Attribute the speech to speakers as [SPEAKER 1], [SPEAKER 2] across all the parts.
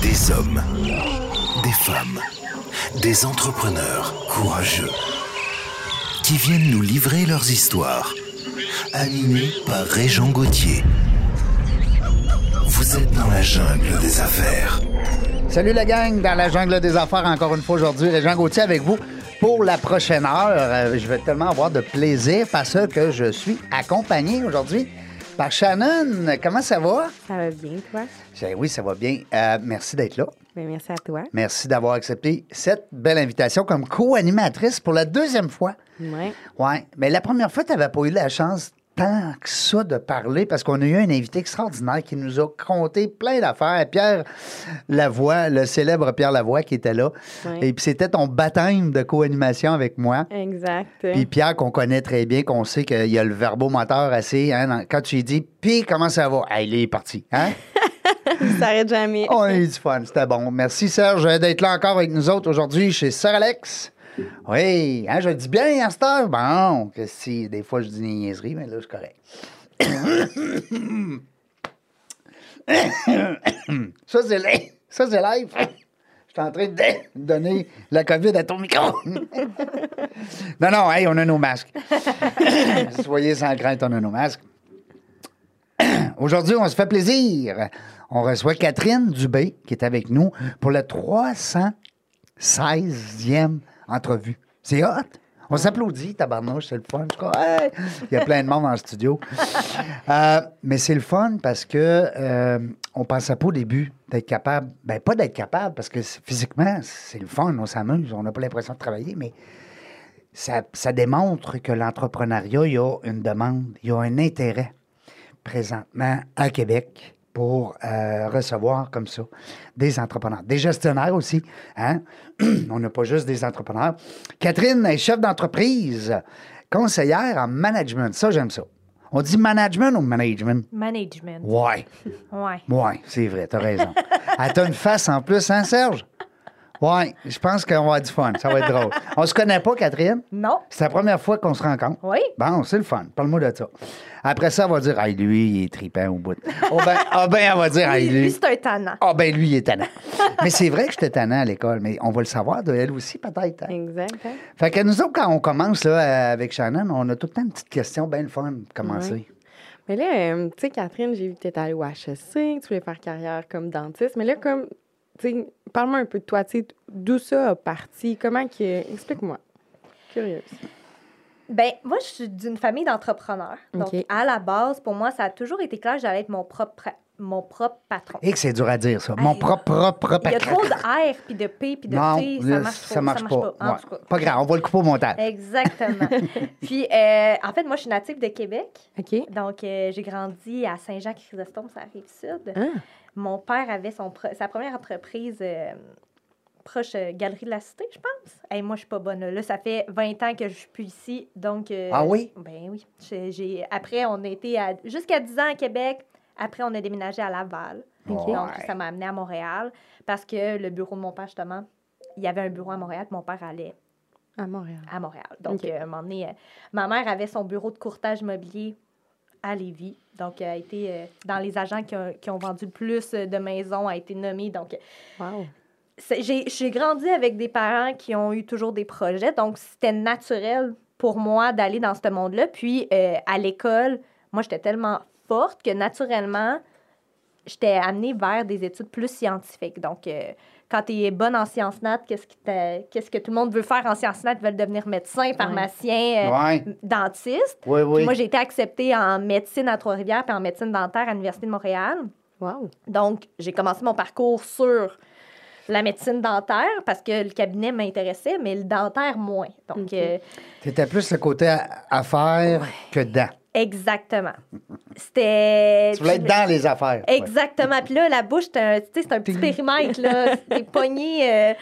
[SPEAKER 1] Des hommes, des femmes, des entrepreneurs courageux qui viennent nous livrer leurs histoires, animés par Régent Gauthier. Vous êtes dans la jungle des affaires.
[SPEAKER 2] Salut la gang dans la jungle des affaires encore une fois aujourd'hui. Jean Gauthier avec vous pour la prochaine heure. Euh, je vais tellement avoir de plaisir parce que je suis accompagné aujourd'hui par Shannon. Comment ça va?
[SPEAKER 3] Ça va bien, toi?
[SPEAKER 2] J'ai- Oui, ça va bien. Euh, merci d'être là.
[SPEAKER 3] Ben, merci à toi.
[SPEAKER 2] Merci d'avoir accepté cette belle invitation comme co-animatrice pour la deuxième fois.
[SPEAKER 3] Ouais.
[SPEAKER 2] Oui, mais la première fois, tu n'avais pas eu la chance tant que ça de parler parce qu'on a eu un invité extraordinaire qui nous a conté plein d'affaires. Pierre Lavoie, le célèbre Pierre Lavoie qui était là.
[SPEAKER 3] Ouais.
[SPEAKER 2] Et puis c'était ton baptême de co-animation avec moi.
[SPEAKER 3] Exact.
[SPEAKER 2] Puis Pierre, qu'on connaît très bien, qu'on sait qu'il a le verbomoteur assez. hein, dans- quand tu lui dis, puis comment ça va? Ah, il est parti. Hein?
[SPEAKER 3] Il s'arrête jamais.
[SPEAKER 2] On a eu du fun, c'était bon. Merci Serge d'être là encore avec nous autres aujourd'hui chez Sir Alex. Oui, hein, je le dis bien à cette heure. Bon, que si des fois je dis des niaiseries, mais là, je suis correct. Ça, c'est live. Ça, c'est live. Je suis en train de donner la COVID à ton micro. non, non, hey, on a nos masques. Soyez sans crainte, on a nos masques. Aujourd'hui, on se fait plaisir. On reçoit Catherine Dubé qui est avec nous pour la 316e entrevue. C'est hot! On s'applaudit, tabarnouche, c'est le fun. Je crois, Hey! Il y a plein de monde dans le studio. Euh, mais c'est le fun parce que euh, on pensait pas au début d'être capable. Ben, pas d'être capable parce que c'est- physiquement, c'est le fun, on s'amuse, on n'a pas l'impression de travailler, mais ça, ça démontre que l'entrepreneuriat, il y a une demande, il y a un intérêt présentement à Québec pour euh, recevoir comme ça des entrepreneurs, des gestionnaires aussi. hein. On n'a pas juste des entrepreneurs. Catherine est chef d'entreprise, conseillère en management. Ça, j'aime ça. On dit management ou management?
[SPEAKER 4] Management.
[SPEAKER 2] Ouais,
[SPEAKER 4] Ouais.
[SPEAKER 2] ouais, c'est vrai, t'as raison. Elle t'a une face en plus, hein, Serge? Ouais, je pense qu'on va avoir du fun, ça va être drôle. On se connaît pas, Catherine?
[SPEAKER 4] Non.
[SPEAKER 2] C'est la première fois qu'on se rencontre.
[SPEAKER 4] Oui.
[SPEAKER 2] Bon, c'est le fun. Parle-moi de ça. Après ça, on va dire, ah, lui, il est tripant au bout. Oh, ben, ah, ben, on va dire, ah,
[SPEAKER 4] Lui, lui,
[SPEAKER 2] lui.
[SPEAKER 4] c'est un tannant.
[SPEAKER 2] Ah, ben, lui, il est tannant. mais c'est vrai que j'étais tannant à l'école, mais on va le savoir de elle aussi, peut-être. hein.
[SPEAKER 3] Exact. hein?
[SPEAKER 2] Fait que nous autres, quand on commence là, avec Shannon, on a tout le temps une petite question bien le fun de commencer.
[SPEAKER 3] Mais là, euh, tu sais, Catherine, j'ai vu que tu allée au HSC, que tu voulais faire carrière comme dentiste. Mais là, comme, tu sais, parle-moi un peu de toi, tu sais, d'où ça a parti, comment que. Explique-moi. Curieuse.
[SPEAKER 4] Ben, moi, je suis d'une famille d'entrepreneurs. Donc,
[SPEAKER 3] Ok.
[SPEAKER 4] à la base, pour moi, ça a toujours été clair que j'allais être mon propre, mon propre patron.
[SPEAKER 2] Et que c'est dur à dire, ça. Mon
[SPEAKER 4] Hey,
[SPEAKER 2] propre, propre, propre.
[SPEAKER 4] Il y a trop de R, puis de P, puis de
[SPEAKER 2] non,
[SPEAKER 4] T.
[SPEAKER 2] là,
[SPEAKER 4] Ça marche, trop-
[SPEAKER 2] ça marche pas.
[SPEAKER 4] En
[SPEAKER 2] Ouais.
[SPEAKER 4] tout cas.
[SPEAKER 2] Pas grave, on va le couper au montage.
[SPEAKER 4] Exactement. puis, euh, en fait, moi, je suis native de Québec.
[SPEAKER 3] OK?
[SPEAKER 4] Donc, euh, j'ai grandi à Saint-Jean-Chrysostome, ça arrive sud.
[SPEAKER 3] Ah.
[SPEAKER 4] Mon père avait son pro- sa première entreprise euh, proche euh, Galerie de la Cité, je pense. Hey, moi, je suis pas bonne. Là, Là, ça fait 20 ans que je suis plus ici. Donc, euh,
[SPEAKER 2] Ah oui?
[SPEAKER 4] Ben oui. J'ai- j'ai- Après, on a été à- jusqu'à 10 ans à Québec. Après, on a déménagé à Laval.
[SPEAKER 2] Ok.
[SPEAKER 4] Donc,
[SPEAKER 2] Ouais.
[SPEAKER 4] ça m'a amené à Montréal parce que le bureau de mon père, justement, il y avait un bureau à Montréal. puis Mon père allait
[SPEAKER 3] À Montréal.
[SPEAKER 4] à Montréal. Donc,
[SPEAKER 3] Ok.
[SPEAKER 4] euh, à un moment donné, euh, ma mère avait son bureau de courtage immobilier à Lévis. Donc, elle a été euh, dans les agents qui ont, qui ont vendu le plus euh, de maisons, a été nommée. Donc,
[SPEAKER 3] Wow.
[SPEAKER 4] c'est- j'ai j'ai grandi avec des parents qui ont eu toujours des projets. Donc, c'était naturel pour moi d'aller dans ce monde-là. Puis, euh, à l'école, moi, j'étais tellement forte que naturellement, j'étais amenée vers des études plus scientifiques. Donc, euh, quand tu es bonne en sciences nat, qu'est-ce qui t'a- qu'est-ce que tout le monde veut faire en sciences nat? Ils veulent devenir médecin, pharmacien, euh,
[SPEAKER 2] Ouais.
[SPEAKER 4] dentiste.
[SPEAKER 2] Oui,
[SPEAKER 4] Puis
[SPEAKER 2] oui.
[SPEAKER 4] moi, j'ai été acceptée en médecine à Trois-Rivières puis en médecine dentaire à l'Université de Montréal.
[SPEAKER 3] Wow.
[SPEAKER 4] Donc, j'ai commencé mon parcours sur la médecine dentaire parce que le cabinet m'intéressait, mais le dentaire moins. Donc,
[SPEAKER 3] Ok.
[SPEAKER 4] euh,
[SPEAKER 2] T'étais plus le côté a- affaires que dedans.
[SPEAKER 4] exactement. C'était.
[SPEAKER 2] Tu voulais être dans les affaires. ouais.
[SPEAKER 4] Exactement. Puis là, la bouche, c'est un, tu sais, c'est un petit périmètre, là. T'es pogné. euh,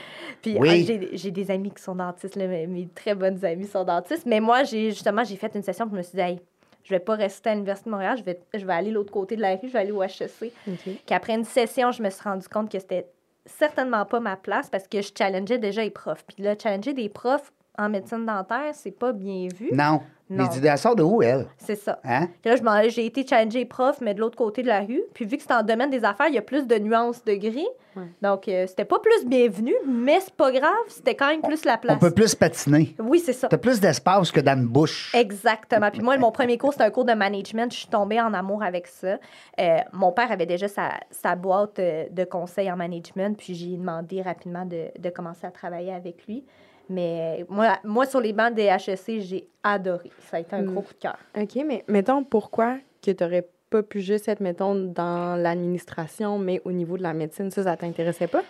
[SPEAKER 4] Puis
[SPEAKER 2] Oui.
[SPEAKER 4] ah, j'ai- j'ai des amis qui sont dentistes, là, mes, mes très bonnes amies sont dentistes. Mais moi, j'ai justement, j'ai fait une session, puis je me suis dit, Hey, je vais pas rester à l'Université de Montréal, je vais, je vais aller l'autre côté de la rue, je vais aller au E HEC.
[SPEAKER 3] OK.
[SPEAKER 4] qu'après une session, je me suis rendu compte que c'était certainement pas ma place parce que je challengeais déjà les profs. Puis là, challenger des profs en médecine dentaire, c'est pas bien vu.
[SPEAKER 2] Non.
[SPEAKER 4] Non.
[SPEAKER 2] Les idées, elles sortent de où, elle?
[SPEAKER 4] C'est ça.
[SPEAKER 2] Hein?
[SPEAKER 4] Puis là, je m'en- j'ai été challenger prof, mais de l'autre côté de la rue. Puis vu que c'est en domaine des affaires, il y a plus de nuances de gris.
[SPEAKER 3] Ouais.
[SPEAKER 4] Donc, euh, c'était pas plus bienvenu, mais c'est pas grave, c'était quand même plus la place.
[SPEAKER 2] On peut plus patiner.
[SPEAKER 4] Oui, c'est ça.
[SPEAKER 2] T'as plus d'espace que dans une bouche.
[SPEAKER 4] Exactement. Puis moi, mon premier cours, c'était un cours de management. Je suis tombée en amour avec ça. Euh, mon père avait déjà sa, sa boîte euh, de conseils en management, puis j'ai demandé rapidement de, de commencer à travailler avec lui. Mais euh, moi, moi sur les bancs des HEC, j'ai adoré. Ça a été un
[SPEAKER 3] Mm.
[SPEAKER 4] gros coup de cœur.
[SPEAKER 3] OK, mais mettons, pourquoi que tu n'aurais pas pu juste être, mettons, dans l'administration, mais au niveau de la médecine, ça, ça t'intéressait pas?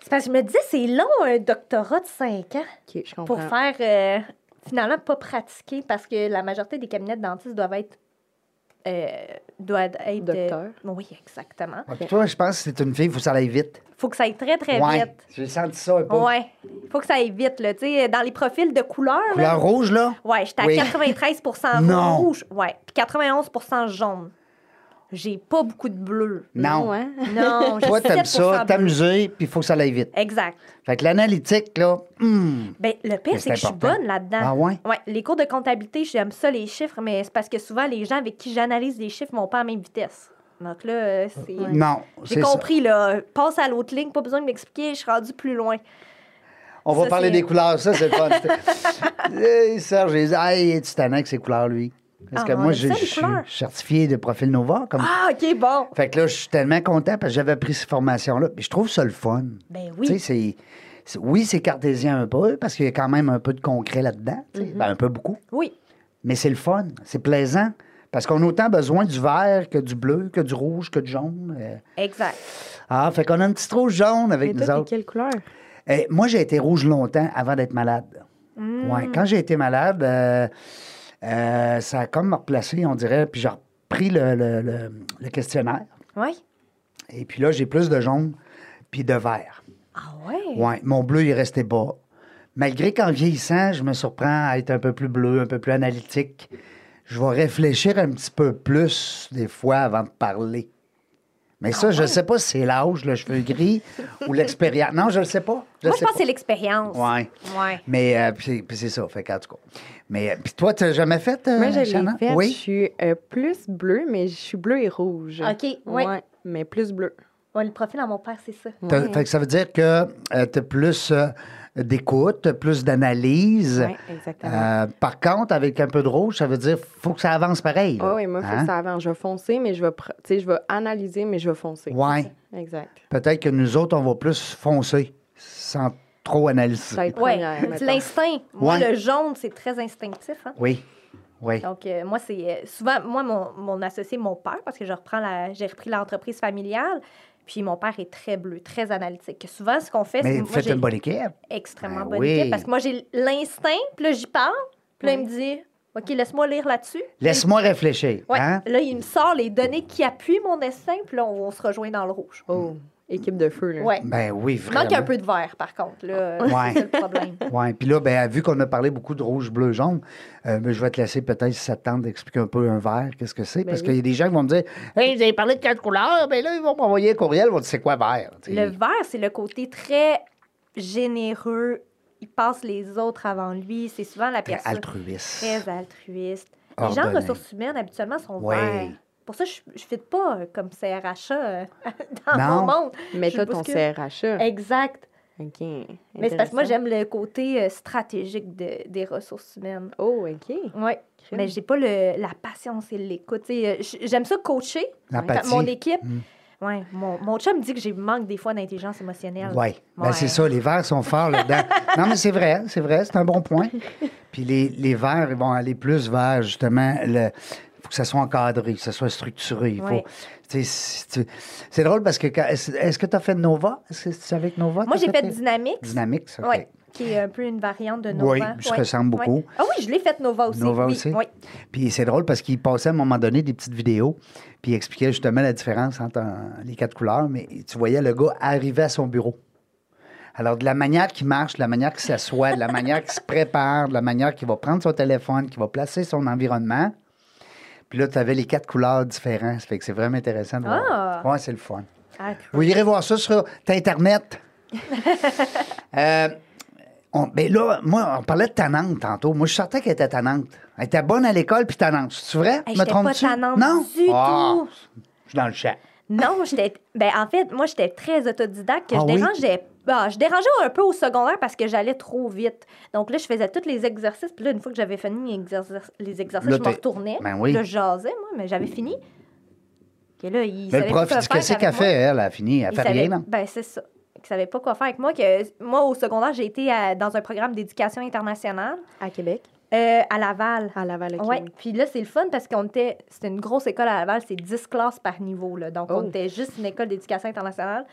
[SPEAKER 4] C'est parce que je me disais, c'est long un doctorat de 5 ans
[SPEAKER 3] OK, je comprends.
[SPEAKER 4] pour faire euh, finalement pas pratiquer parce que la majorité des cabinets de dentistes doivent être. euh, doivent être. euh,
[SPEAKER 3] Docteur.
[SPEAKER 4] oui, exactement.
[SPEAKER 2] Ouais, puis toi, je pense que c'est une fille, il faut que ça aille vite.
[SPEAKER 4] Faut que ça aille très, très
[SPEAKER 2] ouais.
[SPEAKER 4] vite.
[SPEAKER 2] J'ai senti ça un peu.
[SPEAKER 4] Ouais. Faut que ça aille vite, là. Tu sais, dans les profils de couleurs, là.
[SPEAKER 2] Couleur rouge, là?
[SPEAKER 4] Ouais, j'étais à
[SPEAKER 2] Oui.
[SPEAKER 4] 93
[SPEAKER 2] Non.
[SPEAKER 4] rouge. Ouais. Puis 91 jaune. J'ai pas beaucoup de bleu.
[SPEAKER 2] Non.
[SPEAKER 3] Non, hein?
[SPEAKER 4] Non, j'ai
[SPEAKER 2] Toi, t'aimes
[SPEAKER 4] 7%
[SPEAKER 2] ça,
[SPEAKER 4] bleu.
[SPEAKER 2] t'amuser, puis il faut que ça aille vite.
[SPEAKER 4] Exact.
[SPEAKER 2] Fait que l'analytique, là, hum,
[SPEAKER 4] Ben, le
[SPEAKER 2] Mais
[SPEAKER 4] pire, c'est
[SPEAKER 2] c'est
[SPEAKER 4] que je suis
[SPEAKER 2] important.
[SPEAKER 4] bonne là-dedans.
[SPEAKER 2] Ah ouais?
[SPEAKER 4] Les cours de comptabilité, j'aime ça, les chiffres, mais c'est parce que souvent, les gens avec qui j'analyse les chiffres vont pas à la même vitesse. Donc là, euh, c'est.
[SPEAKER 2] non,
[SPEAKER 4] J'ai
[SPEAKER 2] c'est ça.
[SPEAKER 4] compris, là. Passe à l'autre ligne, pas besoin de m'expliquer, je suis rendue plus loin.
[SPEAKER 2] On va
[SPEAKER 4] Ça,
[SPEAKER 2] parler
[SPEAKER 4] c'est-
[SPEAKER 2] des couleurs, ça, c'est le fun. hey, Serge, il dit, hey, est tannant avec ces couleurs-là, lui? Parce
[SPEAKER 4] Ah,
[SPEAKER 2] que
[SPEAKER 4] on
[SPEAKER 2] moi,
[SPEAKER 4] aime
[SPEAKER 2] je
[SPEAKER 4] ça,
[SPEAKER 2] je
[SPEAKER 4] les
[SPEAKER 2] suis
[SPEAKER 4] couleurs.
[SPEAKER 2] certifié de profil Nova. Comme...
[SPEAKER 4] Ah, OK, bon.
[SPEAKER 2] Fait que là, je suis tellement content parce que j'avais pris ces formations-là. Puis je trouve ça le fun.
[SPEAKER 4] Ben
[SPEAKER 2] Tu sais,
[SPEAKER 4] oui.
[SPEAKER 2] c'est- c'est- Oui, c'est cartésien un peu, parce qu'il y a quand même un peu de concret là-dedans. tu sais.
[SPEAKER 3] Mm-hmm.
[SPEAKER 2] Ben, un peu beaucoup.
[SPEAKER 4] Oui.
[SPEAKER 2] Mais c'est le fun, c'est plaisant. Parce qu'on a autant besoin du vert que du bleu, que du rouge, que du jaune. Euh,
[SPEAKER 4] Exact.
[SPEAKER 2] Ah, fait qu'on a une petite rouge jaune avec
[SPEAKER 3] Mais
[SPEAKER 2] nous
[SPEAKER 3] toi,
[SPEAKER 2] autres.
[SPEAKER 3] t'es quelle couleur?
[SPEAKER 2] Eh, moi, j'ai été rouge longtemps avant d'être malade.
[SPEAKER 3] Mm.
[SPEAKER 2] Ouais, Quand j'ai été malade, euh, euh, ça a comme me replacé, on dirait, puis j'ai repris le, le- le- le questionnaire.
[SPEAKER 4] Oui.
[SPEAKER 2] Et puis là, j'ai plus de jaune puis de vert.
[SPEAKER 4] Ah ouais.
[SPEAKER 2] Ouais, mon bleu, il restait bas. Malgré qu'en vieillissant, je me surprends à être un peu plus bleu, un peu plus analytique. Je vais réfléchir un petit peu plus des fois avant de parler.
[SPEAKER 3] Ah
[SPEAKER 2] Mais ça, je ne sais pas si c'est l'âge, le cheveu gris ou l'expérience. Non, je ne le sais pas.
[SPEAKER 4] Moi, je
[SPEAKER 2] sais
[SPEAKER 4] pense
[SPEAKER 2] pas.
[SPEAKER 4] que c'est l'expérience.
[SPEAKER 2] Ouais.
[SPEAKER 4] Ouais.
[SPEAKER 2] Mais euh, puis c'est- puis c'est ça, fait qu'en tout cas. Mais euh, puis toi, tu n'as jamais fait, euh,
[SPEAKER 3] Moi, je
[SPEAKER 2] Shannon?
[SPEAKER 3] l'ai fait. Je
[SPEAKER 2] Oui.
[SPEAKER 3] suis euh, plus bleue, mais je suis bleue et rouge.
[SPEAKER 4] OK, oui.
[SPEAKER 3] Ouais, mais plus bleue.
[SPEAKER 4] Ouais, le profil à mon père, c'est ça.
[SPEAKER 2] T'as-
[SPEAKER 3] Ouais.
[SPEAKER 2] Fait que ça veut dire que tu as plus euh, d'écoute, t'as plus d'analyse.
[SPEAKER 3] Ouais, exactement.
[SPEAKER 2] Euh, par contre, avec un peu de rouge, ça veut dire faut que ça avance pareil.
[SPEAKER 3] Ah
[SPEAKER 2] là.
[SPEAKER 3] oui, moi, faut
[SPEAKER 2] Hein?
[SPEAKER 3] que ça avance. Je vais foncer, mais je vais, pr- tu sais, je vais analyser, mais je vais foncer.
[SPEAKER 2] Ouais.
[SPEAKER 3] Exact.
[SPEAKER 2] Peut-être que nous autres, on va plus foncer sans trop analyser.
[SPEAKER 3] Ça va être
[SPEAKER 4] Ouais.
[SPEAKER 3] première,
[SPEAKER 4] C'est
[SPEAKER 3] mettons.
[SPEAKER 4] l'instinct. Moi,
[SPEAKER 2] Ouais.
[SPEAKER 4] le jaune, c'est très instinctif. hein.
[SPEAKER 2] Oui. Oui.
[SPEAKER 4] Donc, euh, moi, c'est euh, souvent, moi, mon, mon associé, mon père, parce que je reprends la, j'ai repris l'entreprise familiale, puis mon père est très bleu, très analytique. Souvent, ce qu'on fait, c'est
[SPEAKER 2] Mais
[SPEAKER 4] que moi,
[SPEAKER 2] faites
[SPEAKER 4] j'ai
[SPEAKER 2] une bonne équipe.
[SPEAKER 4] extrêmement
[SPEAKER 2] Ben
[SPEAKER 4] bonne
[SPEAKER 2] oui.
[SPEAKER 4] idée, parce que moi, j'ai l'instinct, puis là, j'y parle, puis là, il me dit, OK, laisse-moi lire là-dessus.
[SPEAKER 2] Laisse-moi réfléchir.
[SPEAKER 4] Ouais.
[SPEAKER 2] hein?
[SPEAKER 4] Là, il me sort les données qui appuient mon instinct, puis là, on, on se rejoint dans le rouge.
[SPEAKER 3] Oh, équipe de feu, là.
[SPEAKER 4] Ouais.
[SPEAKER 2] Ben oui,
[SPEAKER 4] Il
[SPEAKER 2] vraiment.
[SPEAKER 4] manque un peu de vert, par contre. Là,
[SPEAKER 2] Ouais.
[SPEAKER 4] C'est ça le problème.
[SPEAKER 2] Oui, puis là, ben, vu qu'on a parlé beaucoup de rouge, bleu, jaune, euh, ben, je vais te laisser peut-être, si ça te tente, d'expliquer un peu un vert, qu'est-ce que c'est.
[SPEAKER 3] Ben
[SPEAKER 2] parce
[SPEAKER 3] oui.
[SPEAKER 2] qu'il y a des gens qui vont me dire Hey, vous avez parlé de quatre couleurs, ben là, ils vont m'envoyer un courriel, ils vont dire c'est quoi vert Tu sais,
[SPEAKER 4] Le vert, c'est le côté très généreux. Il passe les autres avant lui. C'est souvent la
[SPEAKER 2] Très
[SPEAKER 4] personne
[SPEAKER 2] altruiste.
[SPEAKER 4] très altruiste. Les gens
[SPEAKER 2] ordonné.
[SPEAKER 4] de ressources humaines, habituellement, sont
[SPEAKER 2] Ouais.
[SPEAKER 4] verts. Pour ça, je ne fit pas euh, comme CRHA euh,
[SPEAKER 2] Non.
[SPEAKER 4] dans mon monde.
[SPEAKER 3] Mais
[SPEAKER 4] Je
[SPEAKER 3] toi,
[SPEAKER 4] sais pas
[SPEAKER 3] ton
[SPEAKER 4] ce que-
[SPEAKER 3] CRHA.
[SPEAKER 4] Exact.
[SPEAKER 3] OK.
[SPEAKER 4] Mais c'est parce que
[SPEAKER 3] Intéressant.
[SPEAKER 4] moi, j'aime le côté euh, stratégique de- des ressources humaines.
[SPEAKER 3] Oh, OK.
[SPEAKER 4] Oui. Mais j'ai pas le, la patience et l'écoute. Tu sais, euh, j- J'aime ça coacher quand
[SPEAKER 2] L'empathie.
[SPEAKER 4] Hein, mon équipe.
[SPEAKER 2] Mm.
[SPEAKER 4] Ouais, mon, mon chum me dit que j'ai manque des fois d'intelligence émotionnelle.
[SPEAKER 2] Oui,
[SPEAKER 4] Ouais.
[SPEAKER 2] ben, c'est ça, les verts sont forts là-dedans. non, mais c'est vrai, c'est vrai, c'est un bon point. Puis les, les verts, ils vont aller plus vers justement le. faut que ça soit encadré, que ça soit structuré. il faut-
[SPEAKER 4] Ouais.
[SPEAKER 2] tu sais, si tu- C'est drôle parce que. quand- Est-ce est-ce que tu as fait Nova? Est-ce que tu avec Nova?
[SPEAKER 4] Moi,
[SPEAKER 2] t'as
[SPEAKER 4] j'ai fait
[SPEAKER 2] euh,
[SPEAKER 4] Dynamics.
[SPEAKER 2] Dynamics, OK.
[SPEAKER 4] Ouais, qui est un peu une variante de Nova.
[SPEAKER 2] Oui, je
[SPEAKER 4] Ouais,
[SPEAKER 2] ressemble
[SPEAKER 4] ouais.
[SPEAKER 2] beaucoup.
[SPEAKER 4] Ah oui, je l'ai faite Nova aussi.
[SPEAKER 2] Nova
[SPEAKER 4] oui,
[SPEAKER 2] aussi?
[SPEAKER 4] Oui.
[SPEAKER 2] Puis c'est drôle parce qu'il passait à un moment donné des petites vidéos, puis il expliquait justement la différence entre un- les quatre couleurs, mais tu voyais le gars arriver à son bureau. Alors, de la manière qu'il marche, de la manière qu'il s'assoit, de la manière qu'il se prépare, de la manière qu'il va prendre son téléphone, qu'il va placer son environnement. Puis là, tu avais les quatre couleurs différentes. Ça fait que c'est vraiment intéressant de voir.
[SPEAKER 4] Ah!
[SPEAKER 2] Ouais, c'est le fun.
[SPEAKER 4] Ah,
[SPEAKER 2] Vous irez voir ça sur Internet. Euh, On, ben là, moi, on parlait de tannante tantôt. Moi, je sentais qu'elle était tannante. Elle était bonne à l'école puis tannante. C'est vrai?
[SPEAKER 4] Hey,
[SPEAKER 2] me
[SPEAKER 4] j'étais pas
[SPEAKER 2] trompe-tu?
[SPEAKER 4] tannante
[SPEAKER 2] non?
[SPEAKER 4] du
[SPEAKER 2] Ah,
[SPEAKER 4] tout.
[SPEAKER 2] Je suis dans le chat.
[SPEAKER 4] Non, j'étais. Ben, en fait, moi, j'étais très autodidacte. que
[SPEAKER 2] Ah
[SPEAKER 4] je
[SPEAKER 2] oui?
[SPEAKER 4] dérangeais. ah, je dérangeais un peu au secondaire parce que j'allais trop vite. Donc là, je faisais tous les exercices. Puis là, une fois que j'avais fini les exercices, les exercices
[SPEAKER 2] Là,
[SPEAKER 4] je
[SPEAKER 2] t'es-
[SPEAKER 4] me retournais.
[SPEAKER 2] Ben oui.
[SPEAKER 4] Là, je jasais, moi, mais j'avais fini. Et là, il
[SPEAKER 2] Mais
[SPEAKER 4] savait
[SPEAKER 2] le
[SPEAKER 4] plus
[SPEAKER 2] prof,
[SPEAKER 4] quoi
[SPEAKER 2] il dit
[SPEAKER 4] faire
[SPEAKER 2] qu'est-ce qu'elle
[SPEAKER 4] avec
[SPEAKER 2] fait,
[SPEAKER 4] moi.
[SPEAKER 2] elle? Elle a fini, elle
[SPEAKER 4] Il
[SPEAKER 2] fait
[SPEAKER 4] savait-
[SPEAKER 2] rien, non?
[SPEAKER 4] Ben, c'est ça. Il savait pas quoi faire avec moi. Que, moi, au secondaire, j'ai été à- dans un programme d'éducation internationale
[SPEAKER 3] À Québec,
[SPEAKER 4] euh, à Laval.
[SPEAKER 3] à Laval, ok.
[SPEAKER 4] Ouais. Puis là, c'est le fun parce qu'on était. C'était une grosse école à Laval, c'est 10 classes par niveau. Là. Donc,
[SPEAKER 3] Oh.
[SPEAKER 4] on était juste une école d'éducation internationale.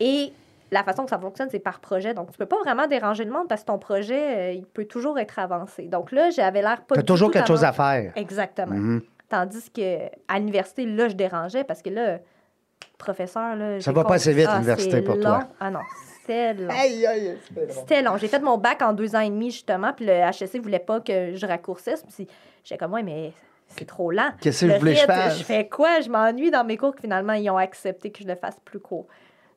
[SPEAKER 4] Et la façon que ça fonctionne, c'est par projet. Donc, tu peux pas vraiment déranger le monde parce que ton projet, euh, il peut toujours être avancé. Donc là, j'avais l'air pas.
[SPEAKER 2] T'as
[SPEAKER 4] du
[SPEAKER 2] toujours
[SPEAKER 4] tout
[SPEAKER 2] quelque chose à
[SPEAKER 4] avancée.
[SPEAKER 2] faire.
[SPEAKER 4] Exactement.
[SPEAKER 2] Mhm.
[SPEAKER 4] Tandis que à l'université, là, je dérangeais parce que là, professeur, là.
[SPEAKER 2] Ça
[SPEAKER 4] j'ai
[SPEAKER 2] va pas
[SPEAKER 4] compris-
[SPEAKER 2] assez vite,
[SPEAKER 4] Ah,
[SPEAKER 2] l'université,
[SPEAKER 4] c'est
[SPEAKER 2] pour
[SPEAKER 4] long.
[SPEAKER 2] toi.
[SPEAKER 4] Ah non, c'était long.
[SPEAKER 2] Aïe, aïe, c'est drôle.
[SPEAKER 4] C'était long. J'ai fait mon bac en deux ans et demi, justement, puis le HEC voulait pas que je raccourcisse. Puis j'étais comme, ouais, mais c'est trop lent.
[SPEAKER 2] Qu'est-ce que
[SPEAKER 4] Le
[SPEAKER 2] je voulais que je
[SPEAKER 4] rythme,
[SPEAKER 2] fasse?
[SPEAKER 4] Je fais quoi? Je m'ennuie dans mes cours, que finalement, ils ont accepté que je le fasse plus court.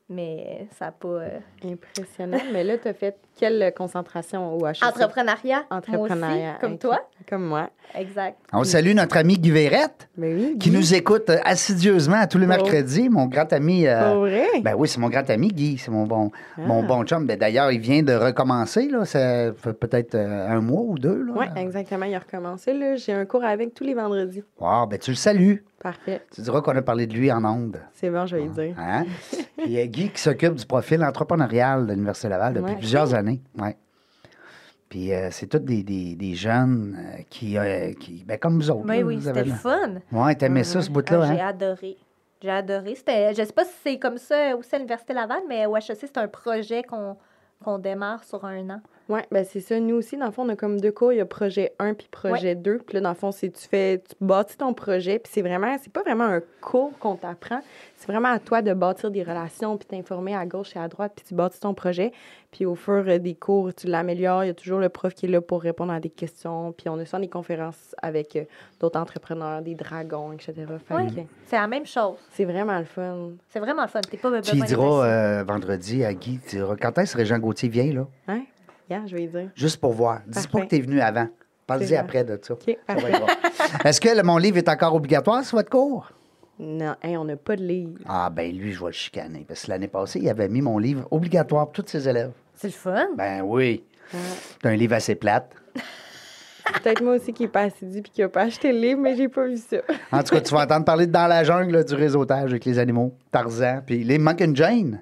[SPEAKER 4] Mais ça n'a pas. euh,
[SPEAKER 3] Impressionnant. Mais là, tu as fait quelle concentration au HEC?
[SPEAKER 4] Entrepreneuriat. moi aussi,
[SPEAKER 3] Entrepreneuriat.
[SPEAKER 4] comme
[SPEAKER 3] ok.
[SPEAKER 4] toi.
[SPEAKER 3] Comme moi.
[SPEAKER 4] Exact.
[SPEAKER 2] On salue notre ami Guy Verrette,
[SPEAKER 3] Mais oui.
[SPEAKER 2] qui
[SPEAKER 3] Guy.
[SPEAKER 2] nous écoute euh, assidieusement tous les
[SPEAKER 3] Oh.
[SPEAKER 2] mercredis. Mon grand ami. euh,
[SPEAKER 3] Pour vrai?
[SPEAKER 2] Ben oui, c'est mon grand ami Guy, c'est mon bon,
[SPEAKER 3] Ah.
[SPEAKER 2] mon bon chum. Ben, D'ailleurs, il vient de recommencer, là, ça fait peut-être euh, un mois ou deux. Là.
[SPEAKER 3] Oui, exactement. Il a recommencé. Là. J'ai un cours avec tous les vendredis.
[SPEAKER 2] Wow, ben tu le salues.
[SPEAKER 3] Parfait.
[SPEAKER 2] Tu diras qu'on a parlé de lui en ondes.
[SPEAKER 3] C'est bon, je vais lui dire.
[SPEAKER 2] Hein? Puis, euh, Guy qui s'occupe du profil entrepreneurial de l'Université Laval depuis
[SPEAKER 3] Ouais.
[SPEAKER 2] plusieurs années. Ouais. Puis euh, c'est tous des, des- des jeunes euh, qui, euh, qui- ben, comme vous autres.
[SPEAKER 4] Mais oui, c'était le fun.
[SPEAKER 2] Oui, t'aimais ça, ce
[SPEAKER 4] Ah,
[SPEAKER 2] bout-là.
[SPEAKER 4] J'ai
[SPEAKER 2] hein?
[SPEAKER 4] adoré. J'ai adoré. C'était, je sais pas si c'est comme ça aussi à l'Université Laval, mais au HEC, c'est un projet qu'on, qu'on démarre sur un an.
[SPEAKER 3] Oui, ben c'est ça. Nous aussi, dans le fond, on a comme deux cours. Il y a projet 1 puis projet 2. Puis là, dans le fond, c'est tu fais, tu bâtis ton projet. Puis c'est vraiment, c'est pas vraiment un cours qu'on t'apprend. C'est vraiment à toi de bâtir des relations puis t'informer à gauche et à droite. Puis tu bâtis ton projet. Puis au fur euh, des cours, tu l'améliores. Il y a toujours le prof qui est là pour répondre à des questions. Puis on a ça en des conférences avec euh, d'autres entrepreneurs, des dragons, etc. Fait
[SPEAKER 4] Ouais.
[SPEAKER 3] que
[SPEAKER 4] C'est la même chose.
[SPEAKER 3] c'est vraiment le fun.
[SPEAKER 4] C'est vraiment le fun. T'es pas
[SPEAKER 2] Tu y
[SPEAKER 4] besoin de-
[SPEAKER 2] diras euh, vendredi à Guy, tu diras, quand est-ce que Régent Gauthier vient, là?
[SPEAKER 3] Hein? Yeah, je vais y dire.
[SPEAKER 2] Juste pour voir. Dis pas
[SPEAKER 3] Parfait.
[SPEAKER 2] que t'es venu avant. Parle-y
[SPEAKER 3] C'est
[SPEAKER 2] après de ça.
[SPEAKER 3] OK,
[SPEAKER 2] Ça va
[SPEAKER 3] parfait.
[SPEAKER 2] être bon. Est-ce que le- mon livre est encore obligatoire sur votre cours?
[SPEAKER 3] Non, hey, on n'a pas de livre.
[SPEAKER 2] Ah, ben lui, je vais le chicaner. Parce que l'année passée, il avait mis mon livre obligatoire pour tous ses élèves.
[SPEAKER 4] C'est le fun.
[SPEAKER 2] Ben oui.
[SPEAKER 3] Ouais.
[SPEAKER 2] C'est un livre assez plate.
[SPEAKER 3] Peut-être moi aussi qui n'ai pas assidu puis qui n'a pas acheté le livre, mais j'ai pas vu ça.
[SPEAKER 2] En tout cas, tu vas entendre parler de dans la jungle là, du réseautage avec les animaux, Tarzan, puis il manque une Jane.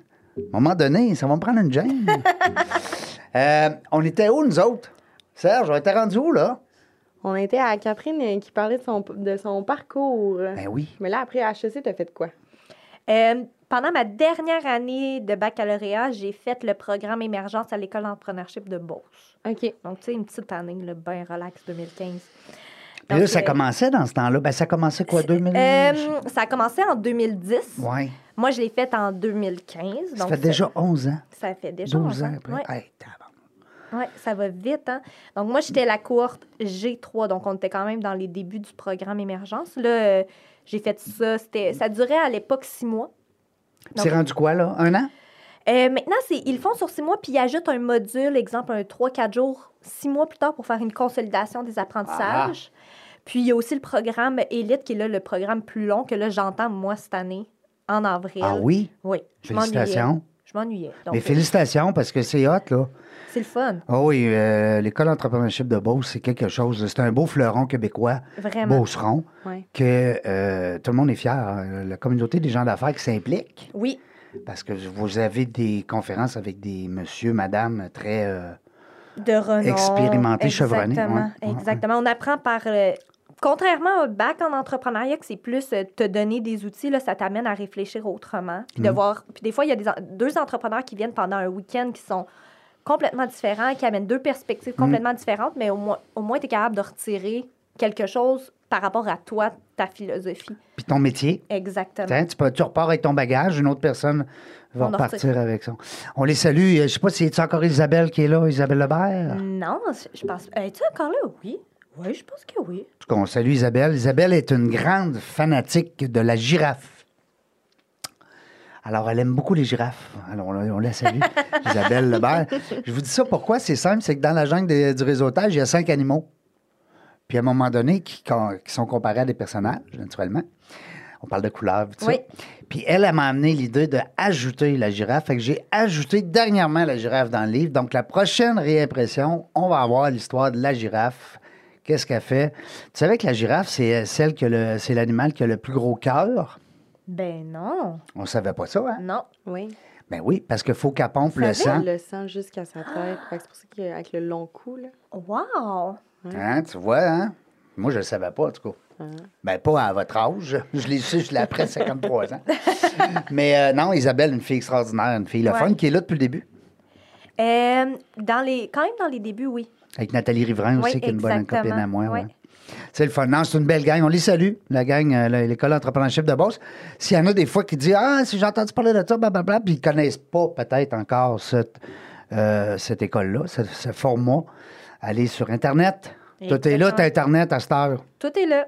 [SPEAKER 2] À un moment donné, ça va me prendre une Jane. Euh, on était où, nous autres? Serge, on était rendu où, là?
[SPEAKER 3] On était à Catherine euh, qui parlait de son, de son parcours.
[SPEAKER 2] Ben oui.
[SPEAKER 3] Mais là, après HEC, t'as fait quoi?
[SPEAKER 4] Euh, pendant ma dernière année de baccalauréat, j'ai fait le programme émergence à l'école d'entrepreneurship de Beauce.
[SPEAKER 3] OK.
[SPEAKER 4] Donc, tu sais, une petite année, le bien relax 2015.
[SPEAKER 2] Puis là,
[SPEAKER 4] Donc,
[SPEAKER 2] ça
[SPEAKER 4] euh,
[SPEAKER 2] commençait dans ce temps-là. Ben, ça commençait quoi, 2000?
[SPEAKER 4] euh, ça a commencé en 2010.
[SPEAKER 2] oui.
[SPEAKER 4] Moi, je l'ai faite en 2015.
[SPEAKER 2] Ça
[SPEAKER 4] donc
[SPEAKER 2] fait déjà 11 ans,
[SPEAKER 4] Ça fait déjà
[SPEAKER 2] 12
[SPEAKER 4] un
[SPEAKER 2] ans
[SPEAKER 4] an.
[SPEAKER 2] après.
[SPEAKER 4] Ouais.
[SPEAKER 2] Hey, tabarnak.
[SPEAKER 4] Oui, ça va vite. Hein? Donc, moi, j'étais la cohorte G3. Donc, on était quand même dans les débuts du programme Émergence. Là, euh, j'ai fait ça. C'était, ça durait à l'époque six mois.
[SPEAKER 2] C'est
[SPEAKER 4] Donc-
[SPEAKER 2] rendu quoi, là? Un an?
[SPEAKER 4] Euh, maintenant, c'est, ils le font sur six mois, puis ils ajoutent un module, exemple, un 3-4 jours, six mois plus tard pour faire une consolidation des apprentissages.
[SPEAKER 2] Ah.
[SPEAKER 4] Puis, il y a aussi le programme Élite, qui est là le programme plus long que là, j'entends, moi, cette année, en avril.
[SPEAKER 2] Ah oui?
[SPEAKER 4] Oui. euh, Je m'ennuyais.
[SPEAKER 2] Félicitations.
[SPEAKER 4] Je m'ennuyais. Donc,
[SPEAKER 2] Mais félicitations, parce que c'est hot, là.
[SPEAKER 4] euh, c'est le fun,
[SPEAKER 2] Ah oui, euh, l'école d'entrepreneurship de Beauce, c'est quelque chose. C'est un beau fleuron québécois,
[SPEAKER 4] vraiment.
[SPEAKER 2] Beauceron,
[SPEAKER 3] Ouais.
[SPEAKER 2] que euh, tout le monde est fier. hein. La communauté des gens d'affaires qui s'implique,
[SPEAKER 4] Oui,
[SPEAKER 2] parce que vous avez des conférences avec des monsieur, madame très. euh,
[SPEAKER 4] de renom.
[SPEAKER 2] Expérimenté, chevronné,
[SPEAKER 4] Exactement.
[SPEAKER 2] ouais, ouais,
[SPEAKER 4] Exactement. On apprend par. euh, contrairement au bac en entrepreneuriat, que c'est plus euh, te donner des outils, là, ça t'amène à réfléchir autrement. Puis, de
[SPEAKER 2] Mhm.
[SPEAKER 4] voir, puis des fois, il y a des, en- deux entrepreneurs qui viennent pendant un week-end qui sont complètement différents, qui amènent deux
[SPEAKER 2] Mm.
[SPEAKER 4] perspectives complètement différentes, mais au moins, au moins tu es capable de retirer quelque chose par rapport à toi, ta philosophie.
[SPEAKER 2] puis ton métier.
[SPEAKER 4] Exactement.
[SPEAKER 2] Tiens, tu, peux- tu repars avec ton bagage, une autre personne va
[SPEAKER 4] On en
[SPEAKER 2] repartir avec son. On les salue. euh, Je sais pas si c'est encore Isabelle qui est là, Isabelle Lebert.
[SPEAKER 4] Non, je- je pense. Es-tu encore là? Oui. Oui, je pense que oui.
[SPEAKER 2] En tout cas, on salue Isabelle. Isabelle est une grande fanatique de la girafe. Alors, elle aime beaucoup les girafes. Alors, on, la- on la salue, Isabelle Lebert. Je vous dis ça pourquoi, c'est simple, c'est que dans la jungle des- du réseautage, il y a cinq animaux. Puis à un moment donné, qui, quand- qui sont comparés à des personnages, naturellement. On parle de couleurs, tout ça.
[SPEAKER 4] Oui.
[SPEAKER 2] Puis elle, elle m'a amené l'idée d'ajouter la girafe. Fait que j'ai ajouté dernièrement la girafe dans le livre. Donc, la prochaine réimpression, on va avoir l'histoire de la girafe. Qu'est-ce qu'elle fait? Tu savais que la girafe, c'est euh, celle que le- c'est l'animal qui a le plus gros cœur?
[SPEAKER 4] Ben non.
[SPEAKER 2] On savait pas ça, hein?
[SPEAKER 4] Non.
[SPEAKER 3] Oui.
[SPEAKER 2] Ben oui, parce qu'il faut qu'elle pompe le
[SPEAKER 3] Ça
[SPEAKER 2] sang.
[SPEAKER 3] le sang jusqu'à sa tête. Fait que c'est pour ça qu'avec le long cou, là.
[SPEAKER 4] Wow!
[SPEAKER 2] Hein, tu vois, hein? Moi, je le savais pas, en tout cas.
[SPEAKER 3] hein.
[SPEAKER 2] Ben, pas à votre âge. Je l'ai su, je l'ai après 53 ans. Mais euh, non, Isabelle, une fille extraordinaire, une fille le
[SPEAKER 4] Ouais.
[SPEAKER 2] fun, qui est là depuis le début.
[SPEAKER 4] Euh, dans les, quand même dans les débuts, oui.
[SPEAKER 2] Avec Nathalie Riverain
[SPEAKER 4] Oui,
[SPEAKER 2] aussi, qui est une bonne
[SPEAKER 4] exactement.
[SPEAKER 2] copine à moi. ouais.
[SPEAKER 4] Oui.
[SPEAKER 2] C'est le fun. Non, c'est une belle gang. On les salue, la gang, euh, la- l'école d'entrepreneurship de Beauce. S'il y en a des fois qui disent Ah, si j'ai entendu parler de ça, blablabla, puis ils connaissent pas peut-être encore cette, euh, cette école-là, ce, ce format, allez sur Internet. Tout est là, t'as Internet à cette heure.
[SPEAKER 4] Tout est là.